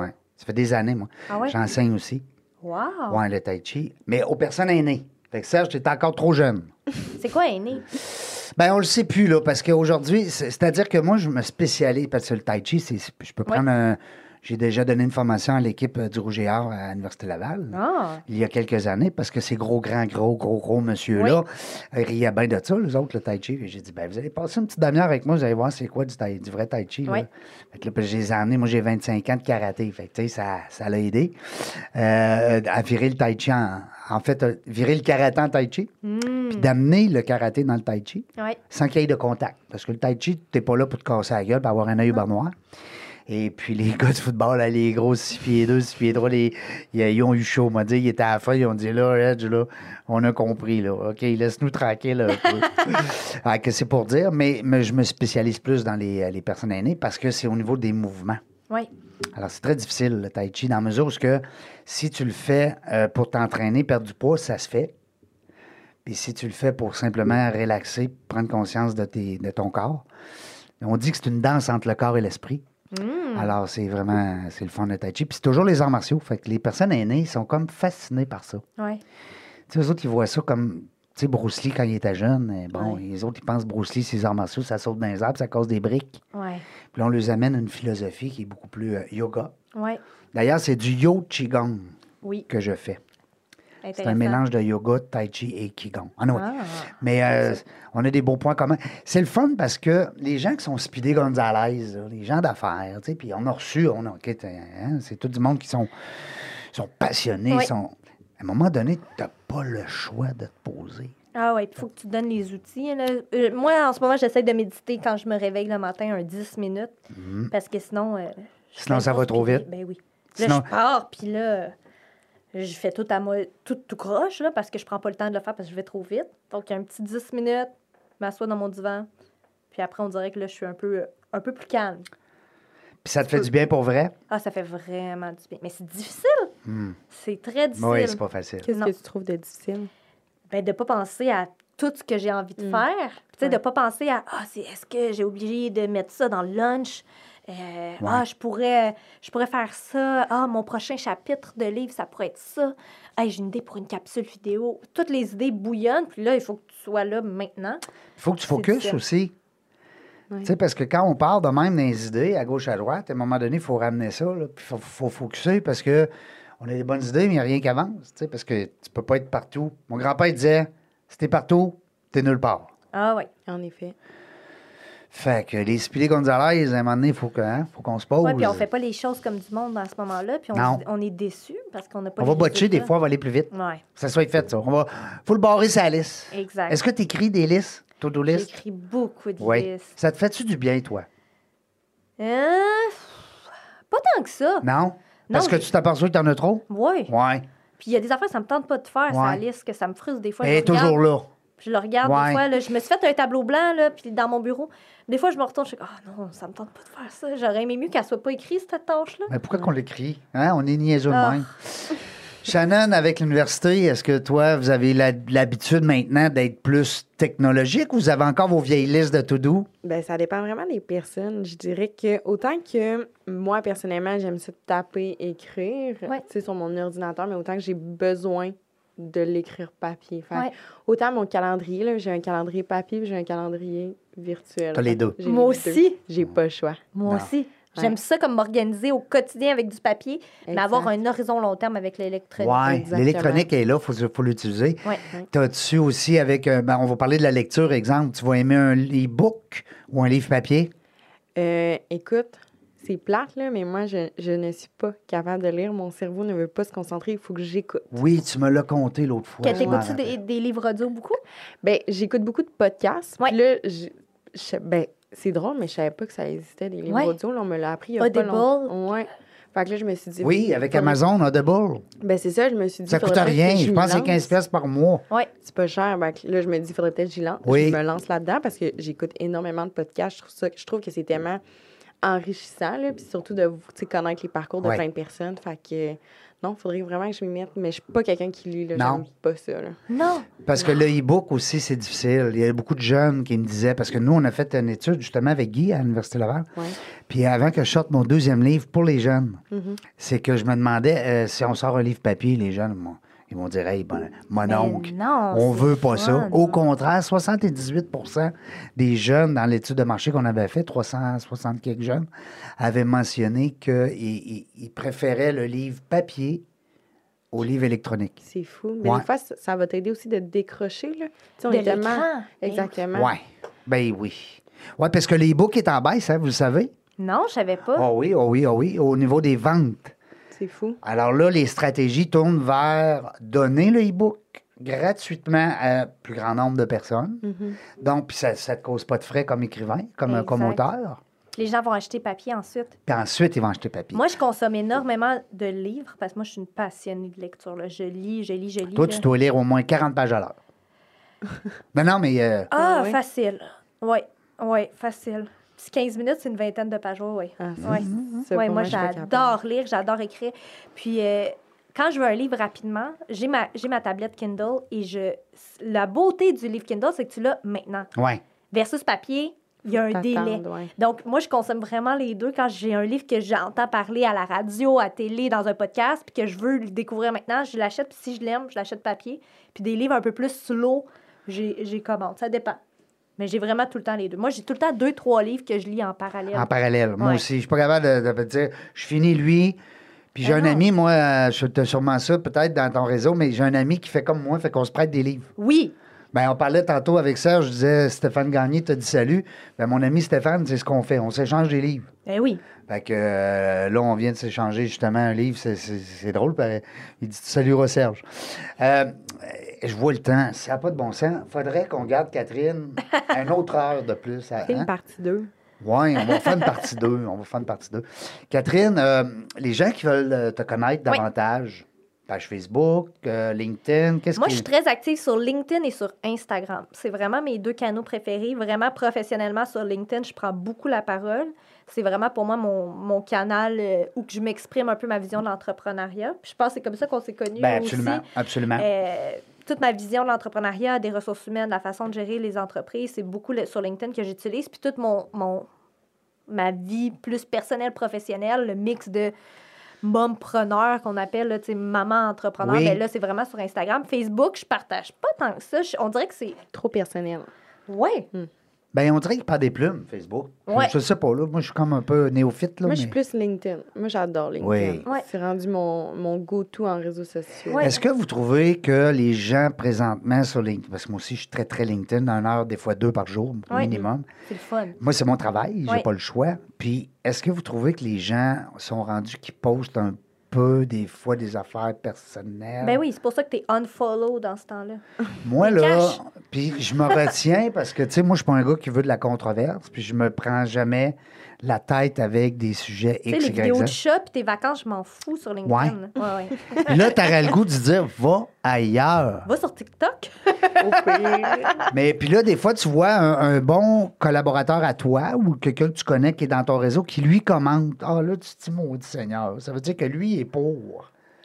[SPEAKER 2] Ouais. Ça fait des années, moi.
[SPEAKER 4] Ah ouais? Ah.
[SPEAKER 2] J'enseigne aussi.
[SPEAKER 4] Wow!
[SPEAKER 2] Ouais, le tai chi. Mais aux personnes aînées. Fait que Serge, t'es encore trop jeune.
[SPEAKER 4] C'est quoi, aîné?
[SPEAKER 2] Ben, on le sait plus, là, parce qu'aujourd'hui, c'est- c'est-à-dire que moi, je me spécialise, parce que le tai chi, c'est, c'est- je peux prendre un- J'ai déjà donné une formation à l'équipe euh, du Rouge et Or à l'Université Laval.
[SPEAKER 4] Ah!
[SPEAKER 2] Il y a quelques années, parce que ces gros, grands, gros, gros, gros monsieur-là euh, riaient bien de ça, les autres, le tai chi. Puis J'ai dit, ben, vous allez passer une petite demi-heure avec moi, vous allez voir c'est quoi du, tai- du vrai tai chi. là.
[SPEAKER 4] Oui.
[SPEAKER 2] Fait que là, puis je les ai emmenés. Moi, j'ai 25 ans de karaté. Fait que, tu sais, ça, ça l'a aidé euh, à virer le tai chi en, en fait, euh, virer le karaté en tai chi, puis d'amener le karaté dans le tai chi
[SPEAKER 4] Ouais.
[SPEAKER 2] sans qu'il y ait de contact. Parce que le tai chi, t'es pas là pour te casser la gueule, pour avoir un œil au beurre noir. Et puis les gars du football, là, les gros 6 pieds 2, 6 pieds 3, les, ils, ils ont eu chaud, m'a dit, ils étaient à la fin, ils ont dit, là, Edge, là, on a compris, là, OK, laisse-nous tranquille. là, un peu. Ah, que c'est pour dire, mais, mais je me spécialise plus dans les, les personnes aînées parce que c'est au niveau des mouvements.
[SPEAKER 4] Oui.
[SPEAKER 2] Alors, c'est très difficile, le tai chi, dans la mesure où ce que si tu le fais euh, pour t'entraîner, perdre du poids, ça se fait. Puis si tu le fais pour simplement relaxer, prendre conscience de, tes, de ton corps, on dit que c'est une danse entre le corps et l'esprit. Alors, c'est vraiment, c'est le fond de tai chi. Puis c'est toujours les arts martiaux. Fait que les personnes aînées sont comme fascinées par ça.
[SPEAKER 4] Ouais.
[SPEAKER 2] Tu sais, eux autres, ils voient ça comme. Tu sais, Bruce Lee, quand il était jeune, eh, bon,
[SPEAKER 4] Ouais.
[SPEAKER 2] les autres, ils pensent Bruce Lee, ses arts martiaux, ça saute dans les arbres, ça cause des briques.
[SPEAKER 4] Ouais.
[SPEAKER 2] Puis là, on les amène à une philosophie qui est beaucoup plus euh, yoga.
[SPEAKER 4] Ouais.
[SPEAKER 2] D'ailleurs, c'est du yo qigong
[SPEAKER 4] Oui.
[SPEAKER 2] que je fais. C'est
[SPEAKER 4] Intéressant.
[SPEAKER 2] un mélange de yoga, tai chi et qigong. Ah non, oui.
[SPEAKER 4] Ah.
[SPEAKER 2] Mais euh, on a des beaux points communs. C'est le fun parce que les gens qui sont Speedy Gonzalez, là, les gens d'affaires, tu sais, puis on a reçu, on a, ok, t'es- hein, c'est tout du monde qui sont, sont passionnés,
[SPEAKER 4] Oui.
[SPEAKER 2] sont. À un moment donné, t'as pas le choix de te poser.
[SPEAKER 4] Ah ouais, puis il faut que tu donnes les outils. là. Euh, moi, en ce moment, j'essaie de méditer quand je me réveille le matin, un 10 minutes, parce que sinon... euh, je
[SPEAKER 2] Mhm. Sinon,
[SPEAKER 4] fais
[SPEAKER 2] ça
[SPEAKER 4] pas
[SPEAKER 2] va
[SPEAKER 4] ce
[SPEAKER 2] trop
[SPEAKER 4] qui-
[SPEAKER 2] vite.
[SPEAKER 4] Ben oui. Là,
[SPEAKER 2] Sinon-
[SPEAKER 4] je pars, puis là, je fais tout à moi, tout, tout croche, là, parce que je prends pas le temps de le faire, parce que je vais trop vite. Donc, un petit 10 minutes, je m'assois dans mon divan, puis après, on dirait que là, je suis un peu, euh, un peu plus calme.
[SPEAKER 2] Puis ça te fait du bien pour vrai?
[SPEAKER 4] Ah, ça fait vraiment du bien. Mais c'est difficile.
[SPEAKER 2] Hmm.
[SPEAKER 4] C'est très difficile.
[SPEAKER 2] Oui, c'est pas facile.
[SPEAKER 3] Qu'est-ce
[SPEAKER 4] Non.
[SPEAKER 3] que tu trouves de difficile?
[SPEAKER 4] ben, de ne pas penser à tout ce que j'ai envie de faire. Tu sais, de
[SPEAKER 3] Ouais.
[SPEAKER 4] ne pas penser à Ah, c'est est-ce que j'ai obligé de mettre ça dans le lunch? Euh, Ah, je pourrais, je pourrais faire ça. Ah, mon prochain chapitre de livre, ça pourrait être ça. Hey, j'ai une idée pour une capsule vidéo. Toutes les idées bouillonnent, puis là, il faut que tu sois là maintenant.
[SPEAKER 2] faut que tu
[SPEAKER 4] C'est
[SPEAKER 2] focuses
[SPEAKER 4] difficile.
[SPEAKER 2] aussi.
[SPEAKER 3] Oui.
[SPEAKER 2] Tu sais, parce que quand on part de même dans les idées, à gauche, à droite, à un moment donné, il faut ramener ça, là, puis il faut, faut focuser parce que on a des bonnes idées, mais il n'y a rien qui avance, tu sais, parce que tu peux pas être partout. Mon grand-père disait, si t'es partout, t'es nulle part.
[SPEAKER 4] Ah oui.
[SPEAKER 3] En effet.
[SPEAKER 2] Fait que les Spilly Gonzalez, à un moment donné, il faut que, hein, faut qu'on se pose.
[SPEAKER 4] Ouais, puis on fait pas les choses comme du monde à ce moment-là, puis
[SPEAKER 2] Non.
[SPEAKER 4] on, on est déçu parce qu'on n'a pas
[SPEAKER 2] On va botcher des fois, on va aller plus vite.
[SPEAKER 4] Oui,
[SPEAKER 2] Ça soit fait, ça. On va... faut le barrer sa liste.
[SPEAKER 4] exact.
[SPEAKER 2] Est-ce que tu écris des listes, to-do list?
[SPEAKER 4] J'écris beaucoup de
[SPEAKER 2] Oui.
[SPEAKER 4] listes.
[SPEAKER 2] Ça te fait-tu du bien, toi?
[SPEAKER 4] Hein? Pas tant que ça.
[SPEAKER 2] Non? Parce que
[SPEAKER 4] j'ai-
[SPEAKER 2] tu t'aperçois que t'en as trop?
[SPEAKER 4] Oui.
[SPEAKER 2] Ouais.
[SPEAKER 4] Puis il y a des affaires, ça me tente pas de faire,
[SPEAKER 2] Ouais.
[SPEAKER 4] ça liste, que ça me frustre des fois.
[SPEAKER 2] Elle
[SPEAKER 4] je
[SPEAKER 2] est
[SPEAKER 4] le regarde,
[SPEAKER 2] toujours là.
[SPEAKER 4] Je le regarde
[SPEAKER 2] Ouais.
[SPEAKER 4] des fois. là, je me suis fait un tableau blanc, là, puis dans mon bureau. Des fois, je me retourne, je suis comme, ah non, ça me tente pas de faire ça. J'aurais aimé mieux qu'elle soit pas écrite, cette tâche-là.
[SPEAKER 2] Mais pourquoi qu'on l'écrit? Hein? On est niaiseux de
[SPEAKER 4] Ah.
[SPEAKER 2] même. Shannon, avec l'université, est-ce que toi, vous avez la- l'habitude maintenant d'être plus technologique ou vous avez encore vos vieilles listes de to-do?
[SPEAKER 3] Ben, ça dépend vraiment des personnes. Je dirais que autant que moi, personnellement, j'aime ça taper, écrire,
[SPEAKER 4] Ouais.
[SPEAKER 3] tu sais, sur mon ordinateur, mais autant que j'ai besoin de l'écrire papier. Fait que
[SPEAKER 4] Ouais.
[SPEAKER 3] Autant mon calendrier, là, j'ai un calendrier papier puis j'ai un calendrier virtuel.
[SPEAKER 2] T'as les deux.
[SPEAKER 3] J'ai
[SPEAKER 4] Moi
[SPEAKER 3] les deux.
[SPEAKER 4] aussi.
[SPEAKER 3] J'ai pas le choix.
[SPEAKER 4] Moi
[SPEAKER 2] Non.
[SPEAKER 4] aussi. J'aime ça comme m'organiser au quotidien avec du papier, mais
[SPEAKER 3] Exact.
[SPEAKER 4] avoir un horizon long terme avec l'électronique.
[SPEAKER 2] Ouais,
[SPEAKER 3] exactement.
[SPEAKER 2] l'électronique est là, il faut, faut l'utiliser.
[SPEAKER 4] Ouais.
[SPEAKER 2] T'as-tu aussi avec. euh, ben, on va parler de la lecture, exemple. Tu vas aimer un e-book ou un livre papier?
[SPEAKER 3] Euh, écoute, c'est plate, là, mais moi, je, je ne suis pas capable de lire. Mon cerveau ne veut pas se concentrer. Il faut que j'écoute.
[SPEAKER 2] Oui, tu me l'as compté l'autre fois.
[SPEAKER 4] Que
[SPEAKER 2] je m'en
[SPEAKER 4] t'écoutes-tu des, des livres audio beaucoup?
[SPEAKER 3] Ben, j'écoute beaucoup de podcasts.
[SPEAKER 4] Ouais.
[SPEAKER 3] Puis là, je- je- ben, c'est drôle, mais je savais pas que ça existait, des livres
[SPEAKER 4] Ouais.
[SPEAKER 3] audio. Là, on me l'a appris il y a
[SPEAKER 4] Audible.
[SPEAKER 3] pas longtemps. Ouais. Fait que là, je me suis dit...
[SPEAKER 2] Oui, avec
[SPEAKER 3] faudrait-
[SPEAKER 2] Amazon, Audible.
[SPEAKER 3] Ben, c'est ça, je me suis dit...
[SPEAKER 2] Ça coûte
[SPEAKER 3] faudrait peut-être
[SPEAKER 2] rien.
[SPEAKER 3] que
[SPEAKER 2] Je
[SPEAKER 3] m'y
[SPEAKER 2] pense que c'est
[SPEAKER 3] lance.
[SPEAKER 2] 15 pièces par mois.
[SPEAKER 3] C'est pas cher. Ben, que là, je me dis, faudrait peut-être que j'y lance-
[SPEAKER 2] Oui.
[SPEAKER 3] je me lance là-dedans parce que j'écoute énormément de podcasts. Je trouve, ça, je trouve que c'est tellement enrichissant, là, puis surtout de tu sais, connaître les parcours de
[SPEAKER 2] Ouais.
[SPEAKER 3] plein de personnes. Fait que non, faudrait vraiment que je m'y mette, mais je suis pas quelqu'un qui lit. Là,
[SPEAKER 2] Non.
[SPEAKER 3] J'aime pas ça. Là.
[SPEAKER 4] Non.
[SPEAKER 2] Parce que le e-book aussi, c'est difficile. Il y a beaucoup de jeunes qui me disaient, parce que nous, on a fait une étude justement avec Guy à l'Université Laval.
[SPEAKER 3] Ouais.
[SPEAKER 2] Puis avant que je sorte mon deuxième livre pour les jeunes,
[SPEAKER 4] Mm-hmm.
[SPEAKER 3] Mhm.
[SPEAKER 2] c'est que je me demandais euh, si on sort un livre papier, les jeunes vont- ils vont dire, hey, bon, mon
[SPEAKER 4] Mais
[SPEAKER 2] oncle,
[SPEAKER 4] Ben non,
[SPEAKER 2] on
[SPEAKER 4] c'est
[SPEAKER 2] veut pas
[SPEAKER 4] fun.
[SPEAKER 2] ça. Au contraire, 78 des jeunes dans l'étude de marché qu'on avait fait, 360 quelques jeunes, avaient mentionné qu'ils ils- ils préféraient le livre papier au livre électronique.
[SPEAKER 3] C'est fou. Mais
[SPEAKER 2] Ouais.
[SPEAKER 3] des fois, ça, ça va t'aider aussi de décrocher. Là. Tu sais, on
[SPEAKER 4] De
[SPEAKER 3] est tellement-
[SPEAKER 4] l'écran. hein.
[SPEAKER 3] Exactement.
[SPEAKER 2] Oui. Ben oui. Oui, parce que l'e-book est en baisse, hein, vous le savez.
[SPEAKER 4] Non, je savais pas.
[SPEAKER 2] Oh oui, oh oui, oh oui, au niveau des ventes.
[SPEAKER 3] C'est fou.
[SPEAKER 2] Alors là, les stratégies tournent vers donner le e-book gratuitement à plus grand nombre de personnes.
[SPEAKER 3] Mhm.
[SPEAKER 2] Donc, puis ça ne te cause pas de frais comme écrivain, comme,
[SPEAKER 4] Mm-hmm. Exact.
[SPEAKER 2] comme auteur.
[SPEAKER 4] Les gens vont acheter papier ensuite.
[SPEAKER 2] Puis ensuite, ils vont acheter papier.
[SPEAKER 4] Moi, je consomme énormément de livres parce que moi, je suis une passionnée de lecture. là. Je lis, je lis, je lis.
[SPEAKER 2] Toi,
[SPEAKER 4] là.
[SPEAKER 2] tu dois lire au moins 40 pages à l'heure. non, non, mais euh,
[SPEAKER 4] Ah,
[SPEAKER 3] Ah, ouais.
[SPEAKER 4] facile. Oui, oui, facile. Puis 15 minutes, c'est une vingtaine de pages. Oui, oui.
[SPEAKER 3] Ah, ça,
[SPEAKER 4] Ouais.
[SPEAKER 3] ça,
[SPEAKER 4] Ouais,
[SPEAKER 3] pour
[SPEAKER 4] moi,
[SPEAKER 3] je suis pas capable.
[SPEAKER 4] j'adore lire, j'adore écrire. Puis, euh, quand je veux un livre rapidement, j'ai ma, j'ai ma tablette Kindle et je. La beauté du livre Kindle, c'est que tu l'as maintenant.
[SPEAKER 2] ouais.
[SPEAKER 4] Versus papier, il y a un
[SPEAKER 3] T'attends,
[SPEAKER 4] délai.
[SPEAKER 3] ouais.
[SPEAKER 4] Donc, moi, je consomme vraiment les deux quand j'ai un livre que j'entends parler à la radio, à télé, dans un podcast, puis que je veux le découvrir maintenant, je l'achète. Puis si je l'aime, je l'achète papier. Puis des livres un peu plus slow, j'ai j'ai commande. Ça dépend. Mais j'ai vraiment tout le temps les deux. Moi, j'ai tout le temps deux, trois livres que je lis en parallèle.
[SPEAKER 2] En parallèle. Moi
[SPEAKER 4] Ouais.
[SPEAKER 2] aussi, je suis pas capable de, de dire, je finis lui. Puis j'ai
[SPEAKER 4] Ben
[SPEAKER 2] un
[SPEAKER 4] non.
[SPEAKER 2] ami, moi, euh, je t'as sûrement ça peut-être dans ton réseau, mais j'ai un ami qui fait comme moi, fait qu'on se prête des livres.
[SPEAKER 4] Oui,
[SPEAKER 2] Ben, on parlait tantôt avec Serge, je disais, Stéphane Gagné t'a dit salut. Ben, mon ami Stéphane, c'est ce qu'on fait, on s'échange des livres.
[SPEAKER 4] ben oui.
[SPEAKER 2] Fait que euh, là, on vient de s'échanger justement un livre, c'est, c'est- c'est drôle. pareil. il dit Salut, Serge. Euh, euh, je vois le temps, ça n'a pas de bon sens. Faudrait qu'on garde Catherine une autre heure de plus. à-
[SPEAKER 3] C'est
[SPEAKER 2] hein?
[SPEAKER 3] une partie 2.
[SPEAKER 2] Oui, on va faire une partie 2. On va faire une partie 2. Catherine, euh, les gens qui veulent euh, te connaître
[SPEAKER 4] Oui.
[SPEAKER 2] davantage, page Facebook, euh, LinkedIn, qu'est-ce
[SPEAKER 4] Moi,
[SPEAKER 2] qui-
[SPEAKER 4] je suis très active sur LinkedIn et sur Instagram. C'est vraiment mes deux canaux préférés. Vraiment professionnellement sur LinkedIn, je prends beaucoup la parole. C'est vraiment pour moi mon, mon canal euh, où que je m'exprime un peu ma vision de l'entrepreneuriat. Puis Je pense que c'est comme ça qu'on s'est connus
[SPEAKER 2] Ben,
[SPEAKER 4] aussi.
[SPEAKER 2] absolument, absolument.
[SPEAKER 4] Euh, toute ma vision de l'entrepreneuriat, des ressources humaines, la façon de gérer les entreprises, c'est beaucoup le- sur LinkedIn que j'utilise. Puis toute mon, mon- ma vie plus personnelle, professionnelle, le mix de mompreneur qu'on appelle, là, tu sais, maman entrepreneur,
[SPEAKER 2] Oui.
[SPEAKER 4] ben là, c'est vraiment sur Instagram. Facebook, je partage pas tant que ça. Je- on dirait que c'est...
[SPEAKER 3] Trop personnel.
[SPEAKER 4] Ouais.
[SPEAKER 2] Ben, on dirait qu'il parle des plumes, Facebook.
[SPEAKER 4] Ouais.
[SPEAKER 2] Je sais pas, là. Moi, je suis comme un peu néophyte, là.
[SPEAKER 3] Moi, je suis
[SPEAKER 2] mais-
[SPEAKER 3] plus LinkedIn. Moi, j'adore LinkedIn.
[SPEAKER 2] Oui.
[SPEAKER 4] Ouais.
[SPEAKER 3] C'est rendu mon, mon go-to en réseaux sociaux.
[SPEAKER 4] Ouais.
[SPEAKER 2] Est-ce que vous trouvez que les gens présentement sur LinkedIn, parce que moi aussi, je suis très, très LinkedIn, une heure, des fois deux par jour,
[SPEAKER 4] Ouais.
[SPEAKER 2] minimum.
[SPEAKER 4] C'est le fun.
[SPEAKER 2] Moi, c'est mon travail, j'ai
[SPEAKER 4] Ouais.
[SPEAKER 2] pas le choix. Puis, est-ce que vous trouvez que les gens sont rendus qui postent un peu, des fois, des affaires personnelles?
[SPEAKER 4] Ben oui, c'est pour ça que t'es unfollow dans ce temps-là.
[SPEAKER 2] Moi,
[SPEAKER 4] Des
[SPEAKER 2] là,
[SPEAKER 4] caches.
[SPEAKER 2] puis je me retiens parce que, tu sais, moi, je suis pas un gars qui veut de la controverse, puis je me prends jamais la tête avec des sujets
[SPEAKER 4] Tu sais,
[SPEAKER 2] X,
[SPEAKER 4] les
[SPEAKER 2] Y,
[SPEAKER 4] vidéos de
[SPEAKER 2] Z.
[SPEAKER 4] chat puis tes vacances, je m'en fous sur LinkedIn. Ouais, ouais.
[SPEAKER 2] Puis Là, t'aurais le goût de se dire, va ailleurs.
[SPEAKER 4] Va sur TikTok.
[SPEAKER 3] Au pire.
[SPEAKER 2] Mais puis là, des fois, tu vois un, un bon collaborateur à toi ou quelqu'un que tu connais qui est dans ton réseau qui lui commente. Ah là, tu te dis, maudit Seigneur. Ça veut dire que lui il est pour.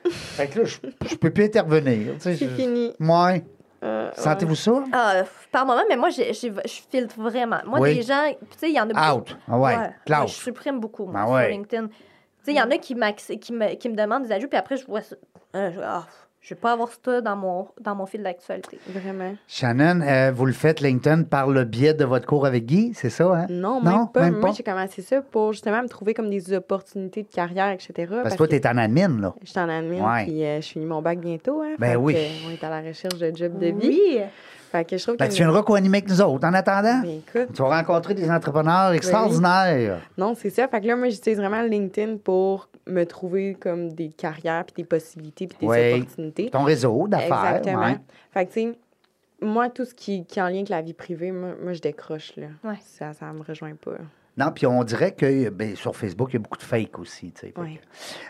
[SPEAKER 2] Fait que là, je, je peux plus intervenir. tu sais,
[SPEAKER 3] C'est
[SPEAKER 2] je-
[SPEAKER 3] fini.
[SPEAKER 2] Ouais.
[SPEAKER 3] Euh,
[SPEAKER 2] Sentez-vous ça?
[SPEAKER 4] Ah, par moment, mais moi, j'ai- j'ai- je filtre vraiment. Moi,
[SPEAKER 2] Oui.
[SPEAKER 4] des gens, tu sais, il y en a beaucoup.
[SPEAKER 2] Out. Ah ouais.
[SPEAKER 4] Moi,
[SPEAKER 2] Clout.
[SPEAKER 4] je supprime beaucoup moi,
[SPEAKER 2] Ben
[SPEAKER 4] sur
[SPEAKER 2] ouais.
[SPEAKER 4] LinkedIn. Tu sais, il y en a qui, m'ax- qui, me, qui me demandent des ajouts, puis après, je vois ça. Euh, je, ah, je vais pas avoir ça dans mon, dans mon fil d'actualité.
[SPEAKER 3] ouais, Vraiment.
[SPEAKER 2] Shannon, euh, vous le faites, LinkedIn, par le biais de votre cours avec Guy, c'est ça, hein? Non,
[SPEAKER 3] Non, même pas.
[SPEAKER 2] même
[SPEAKER 3] Moi,
[SPEAKER 2] pas.
[SPEAKER 3] j'ai commencé ça pour justement me trouver comme des opportunités de carrière, etc.
[SPEAKER 2] Parce que toi, t'es en admin, là.
[SPEAKER 3] Je suis en admin,
[SPEAKER 2] Ouais.
[SPEAKER 3] puis euh, je finis mon bac bientôt. Hein,
[SPEAKER 2] Ben
[SPEAKER 3] Fait
[SPEAKER 2] oui.
[SPEAKER 3] que, on est à la recherche de job de vie.
[SPEAKER 4] Oui.
[SPEAKER 3] Fait que je trouve
[SPEAKER 2] Ben,
[SPEAKER 3] que...
[SPEAKER 2] tu viendras co-animer avec nous autres. En attendant,
[SPEAKER 3] Ben, écoute,
[SPEAKER 2] tu vas rencontrer des entrepreneurs extraordinaires.
[SPEAKER 3] non, c'est ça. Fait que là, moi, j'utilise vraiment LinkedIn pour me trouver comme des carrières, puis des possibilités, puis des
[SPEAKER 2] Oui.
[SPEAKER 3] opportunités.
[SPEAKER 2] Ton réseau d'affaires.
[SPEAKER 3] Exactement.
[SPEAKER 2] ouais.
[SPEAKER 3] Fait que, tu sais, moi, tout ce qui, qui est en lien avec la vie privée, moi, moi, je décroche, là.
[SPEAKER 4] Ouais.
[SPEAKER 3] Ça, ça me rejoint pas.
[SPEAKER 2] Non, puis on dirait que ben, sur Facebook, il y a beaucoup de fake aussi. tu sais. Fait
[SPEAKER 3] Ouais.